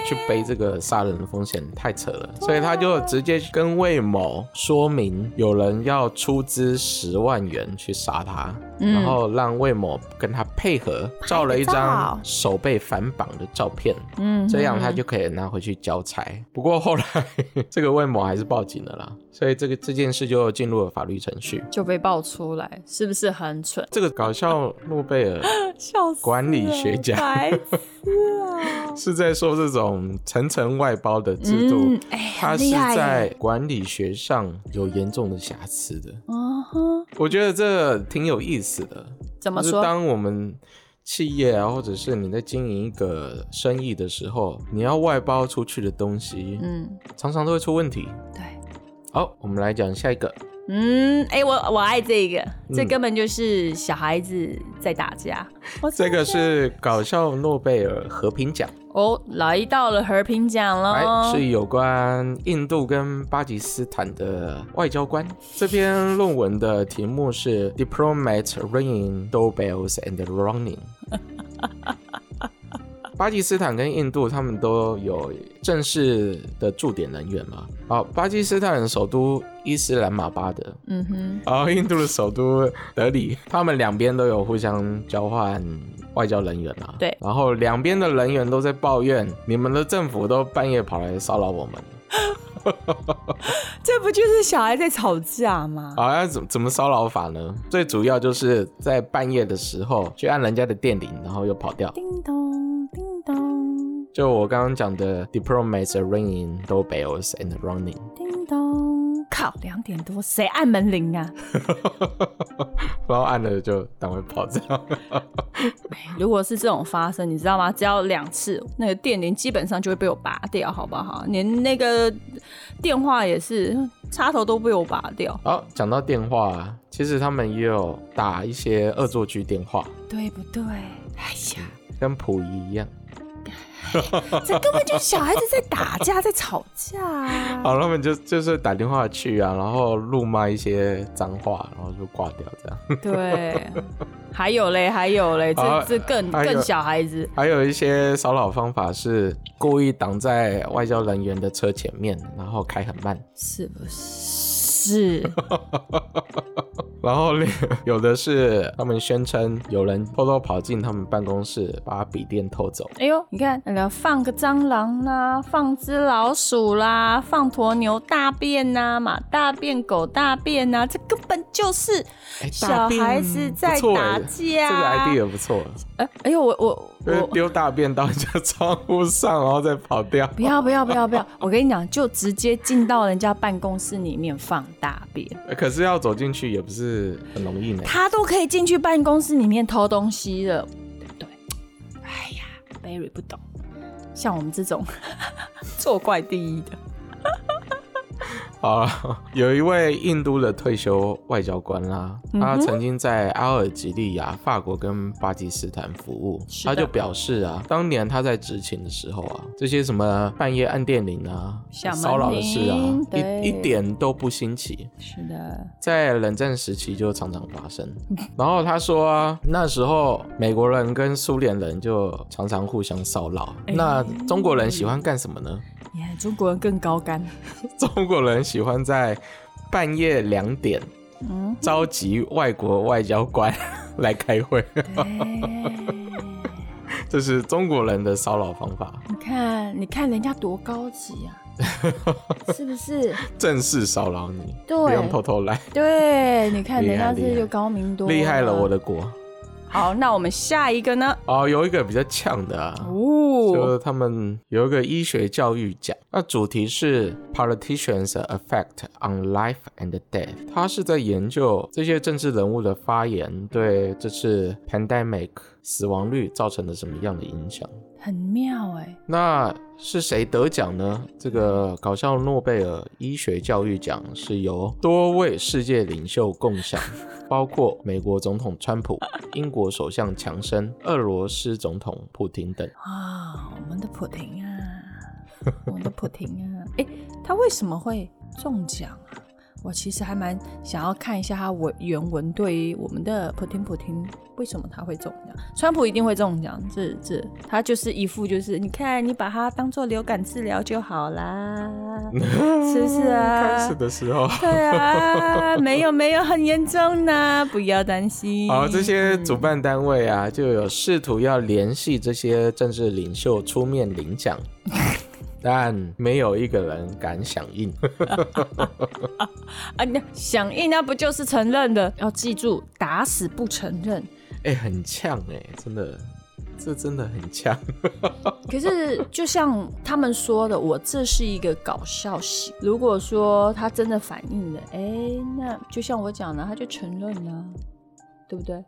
S2: 去背这个杀人的风险，太扯了，
S1: 啊
S2: 所以他就直接跟魏某说明有人要出资十万元去杀他，
S1: 嗯
S2: 然后让魏某跟他配合，照了一张
S1: 照
S2: 手被反绑的照片，
S1: 嗯，
S2: 这样他就可以拿回去交差。不过后来 *laughs* 这个魏某还是报警了啦，所以这个这件事就进入了法律程序。
S1: 就被爆出来，是不是很蠢？
S2: 这个搞笑诺贝尔。
S1: 笑死！
S2: 管理学家
S1: 白痴啊！
S2: 是在说这种层层外包的制度，
S1: 嗯哎
S2: 它
S1: 很
S2: 是
S1: 厉害
S2: 在
S1: 耶
S2: 管理学上有严重的瑕疵的。
S1: 啊哈，
S2: 我觉得这挺有意思的。
S1: 怎么
S2: 就是
S1: 说？
S2: 当我们企业啊，或者是你在经营一个生意的时候，你要外包出去的东西，
S1: 嗯，
S2: 常常都会出问题。
S1: 对，
S2: 好，我们来讲下一个
S1: 嗯，哎、我我爱这个，
S2: 嗯
S1: 这根本就是小孩子在打架。我
S2: 这个是搞笑诺贝尔和平奖，
S1: 哦，来到了和平奖
S2: 哎，
S1: 喽。
S2: 是有关印度跟巴基斯坦的外交官。这篇论文的题目是 “Diplomats Ringing Doorbells and Running”。巴基斯坦跟印度他们都有正式的驻点人员嘛？好，巴基斯坦首都伊斯兰马巴德，
S1: 嗯哼，
S2: 然后印度的首都德里，他们两边都有互相交换外交人员啊。
S1: 对
S2: 然后两边的人员都在抱怨，你们的政府都半夜跑来骚扰我们。
S1: 这不就是小孩在吵架吗？
S2: 好、啊，那怎怎么骚扰法呢？最主要就是在半夜的时候去按人家的电铃，然后又跑掉。
S1: 叮咚，叮咚，
S2: 就我刚刚讲的，diplomats are ringing doorbells and running。
S1: 叮咚。靠，两点多，谁按门铃啊？
S2: 然后按了就赶快跑掉。 *laughs*
S1: 如果是这种发生，你知道吗？只要两次，那个电铃基本上就会被我拔掉，好不好？连那个电话也是，插头都被我拔掉，
S2: 好，讲到电话，啊其实他们也有打一些恶作剧电话，
S1: 对不对？哎 *laughs* 呀，
S2: 跟溥仪一样。
S1: 这根本就是小孩子在打架，在吵架啊！
S2: 好，他们就就是打电话去啊，然后怒骂一些脏话，然后就挂掉这样。
S1: 对，还有嘞，还有嘞，
S2: 啊
S1: 这这更
S2: 还有
S1: 更小孩子，
S2: 还有一些骚扰方法是故意挡在外交人员的车前面，然后开很慢，
S1: 是不是？
S2: 然后另有的是他们宣称有人偷偷跑进他们办公室，把笔电偷走。
S1: 哎呦，你看，呃，放个蟑螂啦，放只老鼠啦，放坨牛大便呐、马大便、狗大便呐、这根本就是
S2: 哎
S1: 小孩子在打
S2: 大便
S1: 架。
S2: 欸不错哎这个 idea 不错，
S1: 哎哎呦，我我
S2: 就是
S1: 我。
S2: 丢大便到人家窗户上，然后再跑掉。
S1: 不要不要不要不要！我跟你讲，就直接进到人家办公室里面放大便，
S2: 可是要走进去也不是很容易呢。
S1: 他都可以进去办公室里面偷东西了，对不对？哎呀，Barry 不懂，像我们这种 *laughs* 做怪第一的，
S2: 好了，啊 *laughs* 有一位印度的退休外交官啦，
S1: 嗯
S2: 他曾经在阿尔及利亚、法国跟巴基斯坦服务。
S1: 是的
S2: 他就表示啊，当年他在执勤的时候啊，这些什么半夜按电铃啊、
S1: 响门铃
S2: 骚扰的事啊，
S1: 对
S2: 一一点都不新奇，
S1: 是的，
S2: 在冷战时期就常常
S1: *laughs*
S2: 发生。然后他说啊，那时候美国人跟苏联人就常常互相骚扰。
S1: 哎
S2: 那中国人喜欢干什么呢？
S1: 你看中国人更高 *laughs* 干，
S2: *laughs* 中国人喜欢在半夜两点
S1: 嗯，
S2: 召集外国外交官 *laughs* 来开会， *laughs*
S1: 对，
S2: 这是中国人的骚扰方法，
S1: 你看，你看人家多高级
S2: *laughs*
S1: 啊，是不是？
S2: 正式骚扰你，
S1: 对
S2: 不用偷偷来，
S1: 对，你看
S2: 厉害
S1: 人家
S2: 厉
S1: 这
S2: 害
S1: 就高明多
S2: 厉害了我
S1: 的。
S2: 的国！
S1: 好，那我们下一个呢？
S2: 哦，有一个比较呛的啊， *laughs* 就
S1: 哦，
S2: 是他们有一个医学教育奖，那主题是 Politicians Effect on Life and Death。他是在研究这些政治人物的发言对这次 pandemic 死亡率造成了什么样的影响。
S1: 很妙哎、
S2: 那是谁得奖呢？这个搞笑诺贝尔医学教育奖是由多位世界领袖共享，包括美国总统川普、英国首相强生、俄罗斯总统普廷等。
S1: 啊，我们的普婷
S2: *laughs*
S1: 啊，我们的普婷啊，哎、他为什么会中奖啊？我其实还蛮想要看一下他文原文对于我们的普婷普婷为什么他会中奖？川普一定会中奖，这这他就是一副就是你看你把它当做流感治疗就好
S2: *laughs*
S1: 啦，是不是
S2: 嗯开
S1: 啊
S2: 始？的时候。
S1: 对啊，没有没有很严重呢，不要担心。
S2: 好，这些主办单位啊，就有试图要联系这些政治领袖出面领奖，但没有一个人敢响应。 *laughs*
S1: 啊，那响应那不就是承认的？要记住，打死不承认。
S2: 哎、很呛哎、真的，这真的很呛。
S1: 可是就像他们说的，我这是一个搞笑戏。如果说他真的反应了，哎、那就像我讲的，他就承认了、对不对？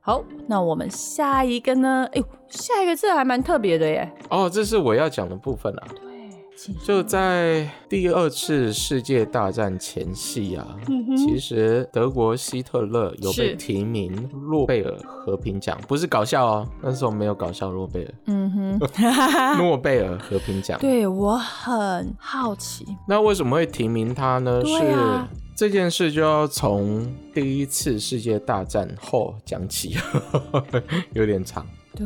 S1: 好，那我们下一个呢？哎呦，下一个这还蛮特别的耶。
S2: 哦，这是我要讲的部分啊。
S1: 对，请说
S2: 就在第二次世界大战前夕啊，
S1: 嗯哼
S2: 其实德国希特勒有
S1: 是
S2: 被提名诺贝尔和平奖，不是搞笑哦，那时候没有搞笑诺贝尔，
S1: 嗯哼，
S2: 诺贝尔和平奖。
S1: 对我很好奇，
S2: 那为什么会提名他呢？
S1: 对啊
S2: 是这件事就要从第一次世界大战后讲起， *laughs* 有点长。
S1: 对，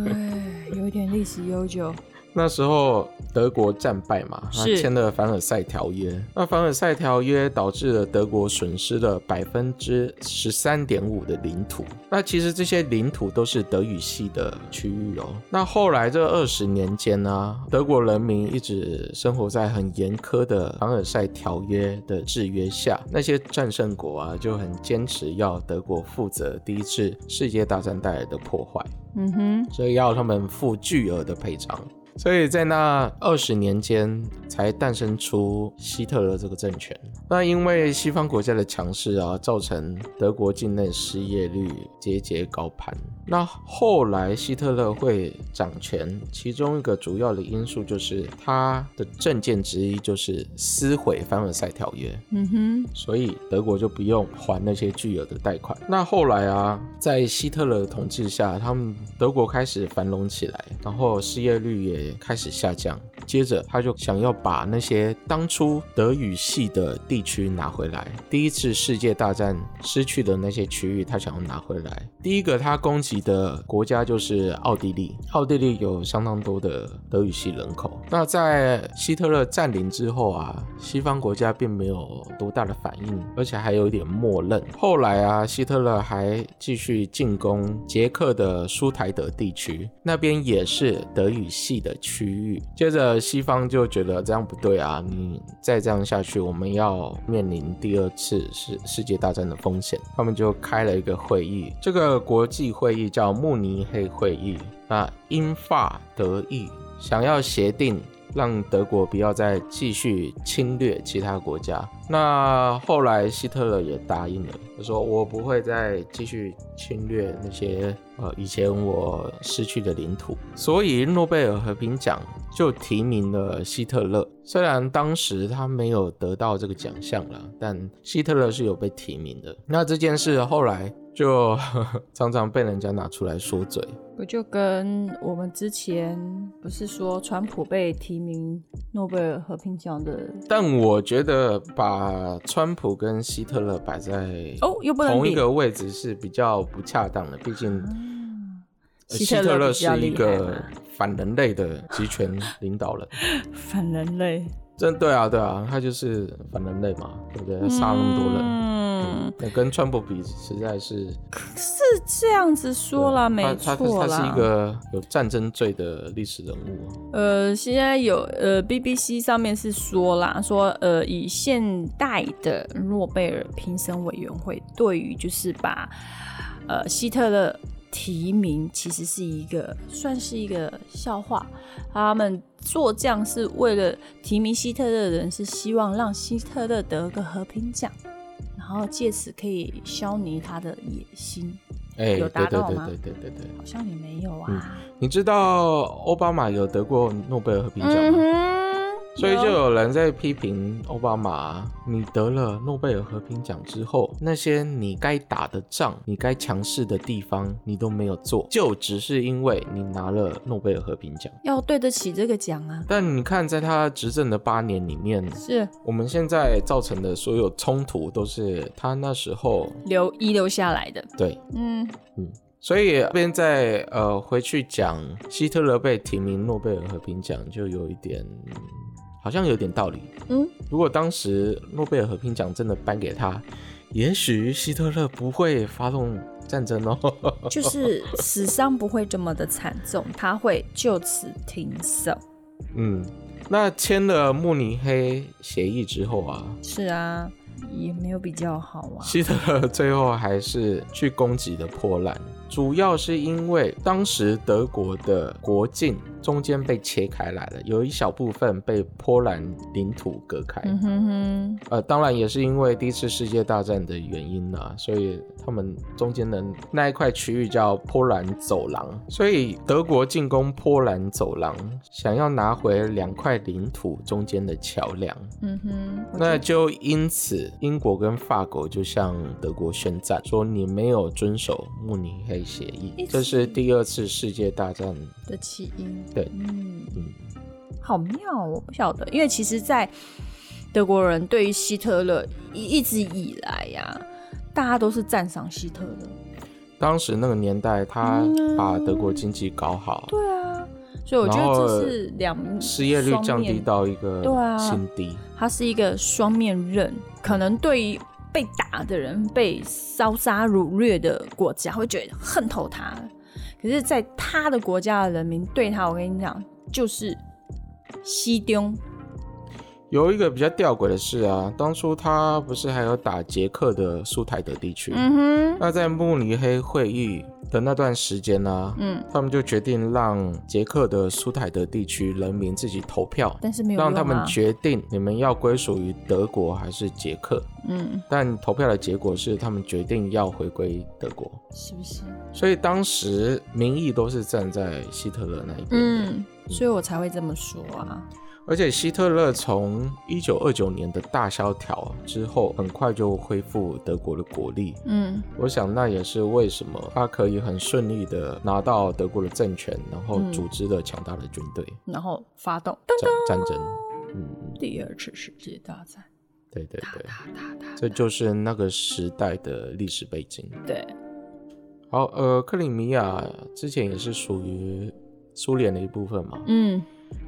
S1: 有点历史悠久，
S2: 那时候德国战败嘛，他
S1: 是
S2: 签了凡尔赛条约。那凡尔赛条约导致了德国损失了百分之十三点五的领土。那其实这些领土都是德语系的区域哦。那后来这二十年间呢、德国人民一直生活在很严苛的凡尔赛条约的制约下，那些战胜国啊就很坚持要德国负责第一次世界大战带来的破坏。
S1: 嗯哼，
S2: 所以要他们付巨额的赔偿。所以在那二十年间，才诞生出希特勒这个政权。那因为西方国家的强势啊，造成德国境内失业率节节高攀。那后来希特勒会掌权，其中一个主要的因素就是他的政见之一就是撕毁凡尔赛条约。
S1: 嗯哼，
S2: 所以德国就不用还那些巨额的贷款。那后来啊，在希特勒的统治下，他们德国开始繁荣起来，然后失业率也开始下降。接着他就想要把那些当初德语系的地区拿回来，第一次世界大战失去的那些区域，他想要拿回来。第一个他攻击的国家就是奥地利，奥地利有相当多的德语系人口。那在希特勒占领之后啊，西方国家并没有多大的反应，而且还有一点默认。后来啊，希特勒还继续进攻捷克的苏台德地区，那边也是德语系的区域。接着西方就觉得这样不对啊，你再这样下去，我们要面临第二次世世界大战的风险。他们就开了一个会议，这个国际会议叫慕尼黑会议。那英法德意想要协定让德国不要再继续侵略其他国家。那后来希特勒也答应了，就说我不会再继续侵略那些呃以前我失去的领土。所以诺贝尔和平奖就提名了希特勒。虽然当时他没有得到这个奖项啦，但希特勒是有被提名的。那这件事后来就常常被人家拿出来说嘴。
S1: 不就跟我们之前不是说川普被提名诺贝尔和平奖的
S2: 但我觉得把川普跟希特勒摆在
S1: 哦，又不能
S2: 同
S1: 比
S2: 一个位置是比较不恰当的，毕竟
S1: 嗯
S2: 呃
S1: 希
S2: 希特勒
S1: 比较
S2: 是一
S1: 厉害
S2: 个
S1: 嘛
S2: 反人类的集权领导
S1: *laughs*
S2: 人。
S1: 反人类，
S2: 真对啊，对啊，他就是反人类嘛，对不对？他杀那么多人，
S1: 嗯，
S2: 那跟川普比实在是啊
S1: 是这样子说啦，没
S2: 他他
S1: 错
S2: 他是
S1: 啦
S2: 一。个有战争罪的历史人物啊。
S1: 呃，现在有呃，BBC 上面是说啦，说呃，以现代的诺贝尔评审委员会对于就是把呃希特勒提名，其实是一个算是一个笑话。他们做这样是为了提名希特勒的人，是希望让希特勒得个和平奖，然后借此可以消弭他的野心。
S2: 哎，
S1: 有
S2: 对
S1: 达
S2: 对对
S1: 到吗
S2: 对对对对，
S1: 好像也没有啊。
S2: 嗯你知道奥巴马有得过诺贝尔和平奖吗？
S1: 嗯哼，
S2: 所以就
S1: 有
S2: 有人在批评奥巴马，你得了诺贝尔和平奖之后，那些你该打的仗、你该强势的地方，你都没有做，就只是因为你拿了诺贝尔和平奖。
S1: 要对得起这个奖啊。
S2: 但你看，在他执政的八年里面，
S1: 是
S2: 我们现在造成的所有冲突，都是他那时候
S1: 留遗留下来的。
S2: 对
S1: 嗯，
S2: 所以这边在呃回去讲希特勒被提名诺贝尔和平奖，就有一点嗯好像有点道理。
S1: 嗯，
S2: 如果当时诺贝尔和平奖真的颁给他，也许希特勒不会发动战争哦。 *laughs*
S1: 就是死伤不会这么的惨重，他会就此停手。
S2: 嗯，那签了慕尼黑协议之后啊，
S1: 是啊，也没有比较好啊。
S2: 希特勒最后还是去攻击的波兰，主要是因为当时德国的国境中间被切开来了，有一小部分被波兰领土隔开。
S1: 嗯哼哼，
S2: 呃，当然也是因为第一次世界大战的原因啦、所以他们中间的那一块区域叫波兰走廊，所以德国进攻波兰走廊，想要拿回两块领土中间的桥梁，
S1: 嗯哼，我
S2: 那就因此英国跟法国就向德国宣战，说你没有遵守慕尼黑协议，这是第二次世界大战。
S1: 的起因。
S2: 对
S1: 嗯，
S2: 嗯，
S1: 好妙哦，我不晓得，因为其实，在德国人对于希特勒一一直以来呀、大家都是赞赏希特勒。
S2: 当时那个年代，他
S1: 嗯
S2: 把德国经济搞好，
S1: 对啊，所以我觉
S2: 然
S1: 得
S2: 后
S1: 这是两
S2: 失业率降低，
S1: 双面
S2: 到一个
S1: 对啊
S2: 新低。
S1: 它是一个双面刃，可能对于。被打的人、被烧杀掳掠的国家会觉得恨透他，可是，在他的国家的人民对他，我跟你讲，就是西丢
S2: 有一个比较吊诡的事啊，当初他不是还有打捷克的苏台德地区？
S1: 嗯哼，
S2: 那在慕尼黑会议的那段时间呢、
S1: 嗯，
S2: 他们就决定让捷克的苏台德地区人民自己投票，
S1: 但是没有
S2: 让他
S1: 用啊
S2: 们决定你们要归属于德国还是捷克。
S1: 嗯，
S2: 但投票的结果是，他们决定要回归德国。
S1: 是不是？
S2: 所以当时民意都是站在希特勒那一边的。
S1: 嗯，所以我才会这么说啊。
S2: 而且希特勒从一九二九年的大萧条之后，很快就恢复德国的国力。
S1: 嗯
S2: 我想那也是为什么他可以很顺利的拿到德国的政权，然后
S1: 嗯
S2: 组织了强大的军队、
S1: 然后发动
S2: 战战争。嗯，
S1: 第二次世界大战，
S2: 对对对，
S1: 哒哒哒。
S2: 这就是那个时代的历史背景。
S1: 对，
S2: 好，呃，克里米亚之前也是属于苏联的一部分嘛，
S1: 嗯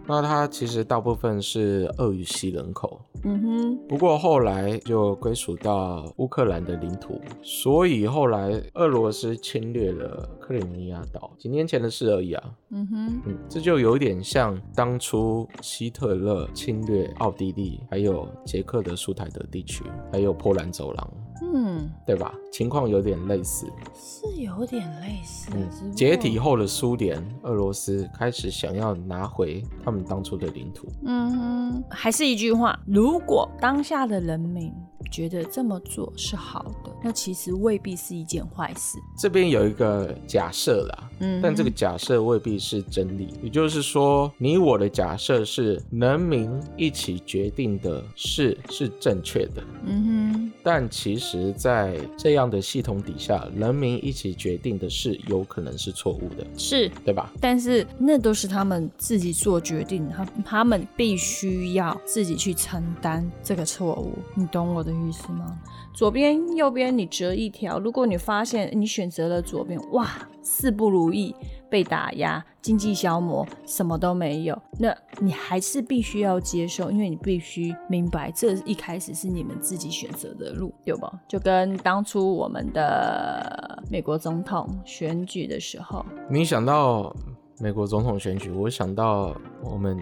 S2: 那它其实大部分是俄语系人口，
S1: 嗯哼，
S2: 不过后来就归属到乌克兰的领土，所以后来俄罗斯侵略了克里米亚岛，几年前的事而已啊。
S1: 嗯哼，
S2: 嗯，这就有点像当初希特勒侵略奥地利，还有捷克的苏台德地区，还有波兰走廊，
S1: 嗯，
S2: 对吧？情况有点类似。
S1: 是有点类似
S2: 嗯，
S1: 只不过
S2: 解体。后的苏联、俄罗斯开始想要拿回他们当初的领土。
S1: 嗯哼，还是一句话，如果当下的人民觉得这么做是好的，那其实未必是一件坏事。
S2: 这边有一个假设啦，
S1: 嗯哼，
S2: 但这个假设未必是真理。也就是说，你我的假设是人民一起决定的事是正确的，
S1: 嗯
S2: 但其实，在这样的系统底下，人民一起决定的事有可能是错误的，
S1: 哼，是
S2: 对吧？
S1: 但是那都是他们自己做决定，他他们必须要自己去承担这个错误，你懂我的意思吗？左边、右边你折一条，如果你发现你选择了左边，哇，事不如意，被打压，经济消磨，什么都没有，那你还是必须要接受，因为你必须明白，这一开始是你们自己选择的路，对吧？就跟当初我们的美国总统选举的时候，
S2: 你想到美国总统选举，我想到我们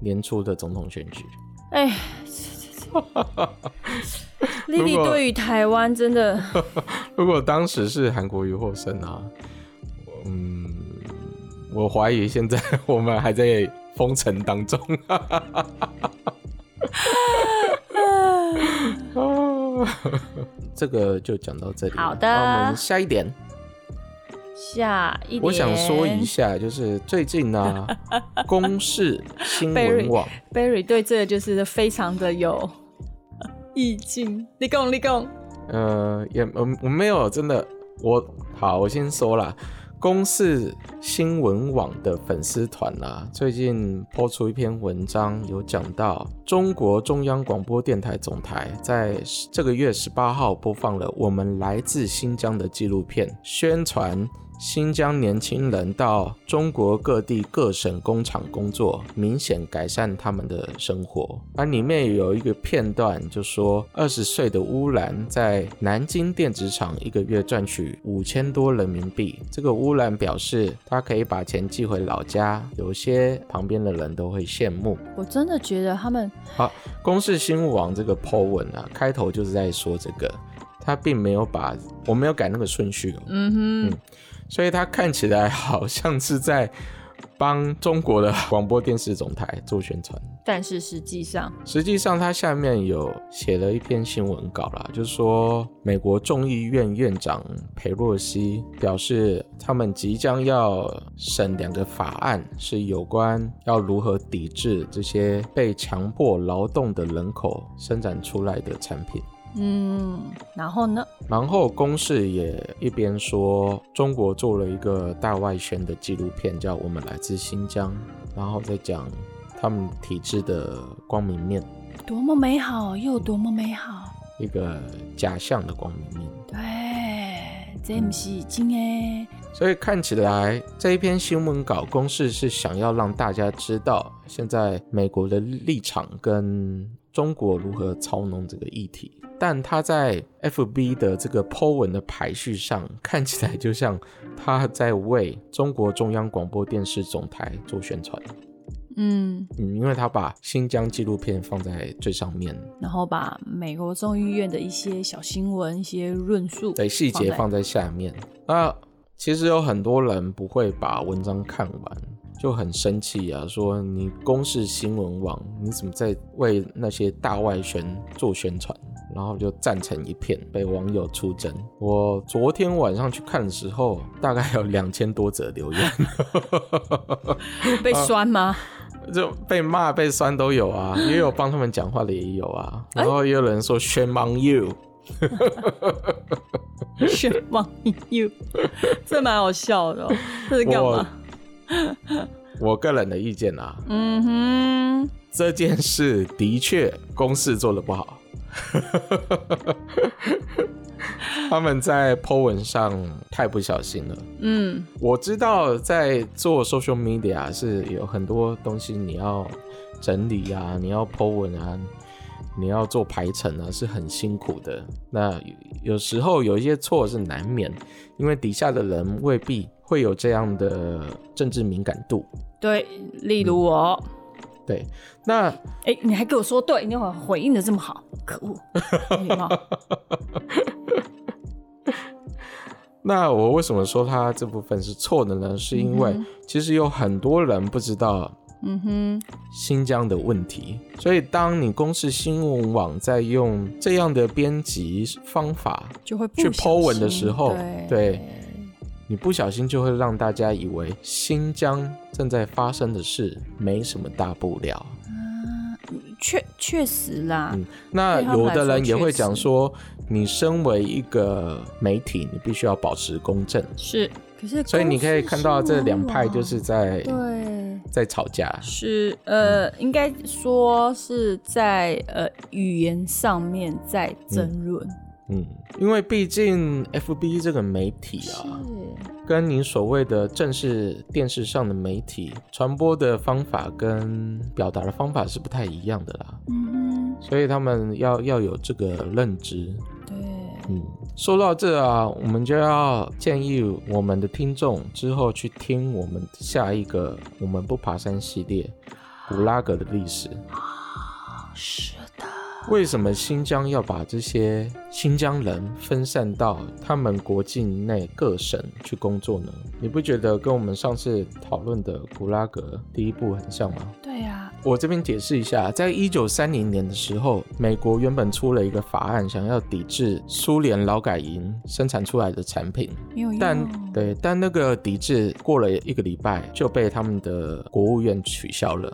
S2: 年初的总统选举。
S1: 哎，
S2: *laughs*
S1: 丽丽对于台湾真的，
S2: 如果当时是韩国瑜获胜啊，嗯，我怀疑现在 *laughs* 我们还在封城当中。 *laughs* 这个就讲到这里。
S1: 好的
S2: 那我们下一点，
S1: 下一点，
S2: 我想说一下，就是最近呢、
S1: *laughs*
S2: 公视新闻网
S1: ，Barry 对这个就是非常的有意
S2: *laughs*
S1: 境。立功，立功，
S2: 呃，也我我没有真的，我好，我先说啦。公视新闻网的粉丝团啊，最近抛出一篇文章，有讲到中国中央广播电台总台在这个月十八号播放了《我们来自新疆》的纪录片，宣传新疆年轻人到中国各地各省工厂工作，明显改善他们的生活。而里面有一个片段就说，二十岁的乌兰在南京电子厂一个月赚取五千多人民币。这个乌兰表示，他可以把钱寄回老家，有些旁边的人都会羡慕。
S1: 我真的觉得他们
S2: 公视新闻网这个 Po 文啊，开头就是在说这个，他并没有把我没有改那个顺序哦，
S1: 嗯哼，
S2: 所以它看起来好像是在帮中国的广播电视总台做宣传。
S1: 但是实际上，
S2: 实际上，他下面有写了一篇新闻稿啦，就是说美国众议院院长佩洛西表示，他们即将要审两个法案，是有关要如何抵制这些被强迫劳动的人口生产出来的产品。
S1: 嗯，然后呢？
S2: 然后公视也一边说中国做了一个大外宣的纪录片，叫《我们来自新疆》，然后再讲他们体制的光明面，
S1: 多么美好，又多么美好。
S2: 一个假象的光明面。
S1: 对，这不是真的。
S2: 所以看起来这一篇新闻稿公式是想要让大家知道现在美国的立场跟中国如何操弄这个议题，但他在 FB 的这个 Po 文的排序上看起来就像他在为中国中央广播电视总台做宣传，
S1: 嗯，
S2: 嗯，因为他把新疆纪录片放在最上面，
S1: 然后把美国众议院的一些小新闻、一些论述
S2: 对细节放
S1: 在
S2: 在下面。那其实有很多人不会把文章看完，就很生气啊，说你公视新闻网，你怎么在为那些大外宣做宣传？然后就站成一片，被网友出征。我昨天晚上去看的时候，大概有两千多则留言， *laughs*
S1: 被
S2: 啊
S1: 酸吗？
S2: 就被骂、被酸都有啊，也有帮他们讲话的也有啊，
S1: 哎
S2: 然后也有人说 “shame on you”。
S1: 选网友， *laughs* 这蛮好笑的、哦。这是干
S2: 我
S1: 嘛？
S2: 我 *laughs* 个人的意见啊，
S1: 嗯哼，
S2: 这件事的确公事做的不好。 *laughs* 他们在 Po 文上太不小心了。
S1: 嗯，
S2: 我知道在做 social media 是有很多东西你要整理啊，你要 Po 文啊，你要做排程啊，是很辛苦的。那有有时候有一些错是难免，因为底下的人未必会有这样的政治敏感度。
S1: 对，例如我，
S2: 对，那
S1: 哎、你还给我说对，你那会儿回应的这么好，可恶，没礼貌
S2: *laughs* 那我为什么说他这部分是错的呢？是因为其实有很多人不知道
S1: 嗯哼，
S2: 新疆的问题，所以当你公视新闻网在用这样的编辑方法，
S1: 就会不
S2: 去
S1: 小
S2: Po 文的
S1: 心
S2: 时候
S1: 对
S2: 对你不小心就会让大家以为新疆正在发生的事没什么大不了。
S1: 确确实啦，
S2: 嗯，那
S1: 对他们
S2: 有
S1: 来
S2: 的人
S1: 说
S2: 也
S1: 确
S2: 会讲
S1: 实
S2: 说，你身为一个媒体，你必须要保持公正。
S1: 是。可是，
S2: 所以你可以看到这两派就是在
S1: 啊对，
S2: 在吵架。
S1: 是呃，应该说是在呃语言上面在争论。
S2: 嗯，因为毕竟 FB 这个媒体啊，跟你所谓的正式电视上的媒体传播的方法跟表达的方法是不太一样的啦，
S1: 嗯哼，
S2: 所以他们要要有这个认知。
S1: 对，
S2: 嗯，说到这啊，我们就要建议我们的听众之后去听我们下一个“我们不爬山”系列古拉格的历史。
S1: 是的，
S2: 为什么新疆要把这些新疆人分散到他们国境内各省去工作呢？你不觉得跟我们上次讨论的古拉格第一部很像吗？
S1: 对啊呀、
S2: 我这边解释一下，在一九三零年的时候，美国原本出了一个法案，想要抵制苏联劳改营生产出来的产品，
S1: 没有用。
S2: 但对，但那个抵制过了一个礼拜就被他们的国务院取消了。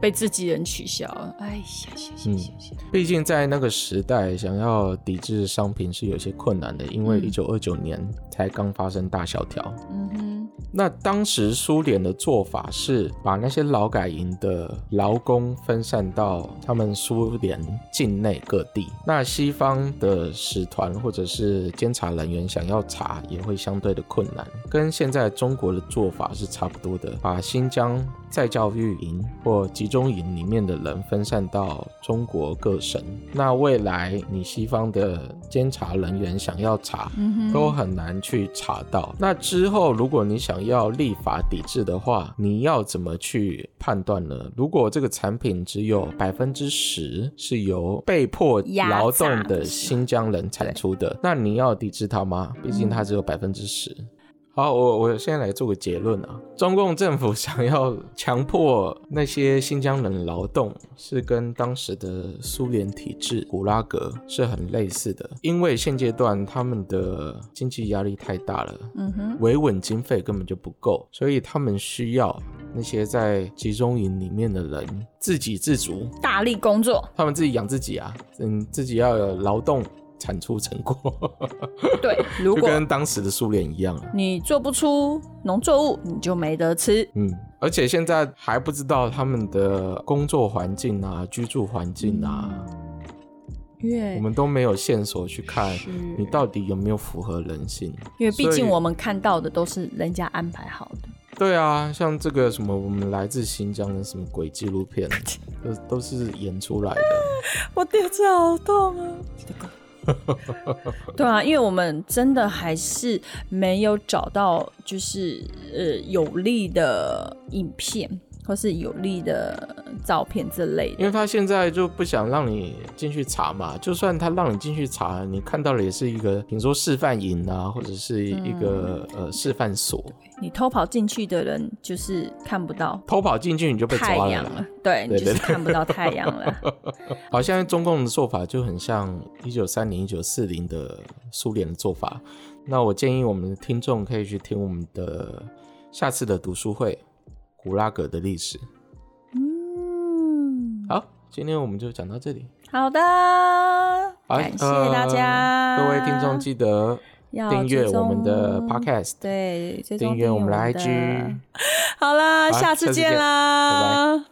S1: 被自己人取消了，哎呀呀呀呀呀！
S2: 毕竟在那个时代，想要抵制商品是有些困难的，因为一
S1: 嗯
S2: 九二九年才刚发生大萧条。
S1: 嗯哼，
S2: 那当时苏联的做法是把那些劳改营的劳工分散到他们苏联境内各地。那西方的使团或者是监察人员想要查，也会相对的困难，跟现在中国的做法是差不多的，把新疆再教育营或集中营里面的人分散到中国各省。那未来你西方的监察人员想要查，
S1: 嗯哼，
S2: 都很难去查到。那之后，如果你想要立法抵制的话，你要怎么去判断呢？如果这个产品只有百分之十是由被迫劳动
S1: 压榨
S2: 的
S1: 的
S2: 新疆人产出的，那你要抵制它吗？毕竟它只有百分之十。好，我我现在来做个结论啊。中共政府想要强迫那些新疆人劳动，是跟当时的苏联体制古拉格是很类似的，因为现阶段他们的经济压力太大了，
S1: 嗯哼，
S2: 维稳经费根本就不够，所以他们需要那些在集中营里面的人自给自足，
S1: 大力工作，
S2: 他们自己养自己啊，嗯，自己要有劳动产出成果，
S1: 对，如
S2: *laughs* 就
S1: 果
S2: 跟当时的苏联一样啊。
S1: 你做不出农作物，你就没得吃。
S2: 嗯，而且现在还不知道他们的工作环境啊、居住环境啊，
S1: 嗯因为
S2: 我们都没有线索去看
S1: 是
S2: 你到底有没有符合人性。
S1: 因为毕
S2: 所以
S1: 竟我们看到的都是人家安排好的。
S2: 对啊，像这个什么我们来自新疆的什么鬼纪录
S1: *laughs*
S2: 片，都都是演出来的。
S1: 我肚子好痛啊！ *laughs* 对啊，因为我们真的还是没有找到，就是呃有力的影片或是有力的照片之类的。
S2: 因为他现在就不想让你进去查嘛，就算他让你进去查，你看到的也是一个，比如说示范营啊，或者是一个、
S1: 嗯
S2: 呃示范所，
S1: 你偷跑进去的人，就是看不到
S2: 偷跑进去你就被
S1: 太
S2: 抓了
S1: 阳
S2: 啦
S1: 了。，对，你
S2: 对
S1: 就是
S2: 对
S1: 看不到太阳
S2: *laughs*
S1: 了。
S2: 好，现在中共的做法就很像一九三零、一九四零的苏联的做法。那我建议我们的听众可以去听我们的下次的读书会《古拉格的历史》。
S1: 嗯，
S2: 好，今天我们就讲到这里。
S1: 好的，
S2: 好，
S1: 感谢大家，
S2: 呃各位听众记得
S1: 要
S2: 订阅
S1: 追
S2: 我
S1: 踪
S2: 们的 Podcast，
S1: 对，追踪
S2: 订阅我们的
S1: 的
S2: IG。
S1: 好啦，
S2: 好
S1: 下
S2: 下
S1: 次
S2: 次
S1: 见
S2: 见
S1: 啦，拜拜。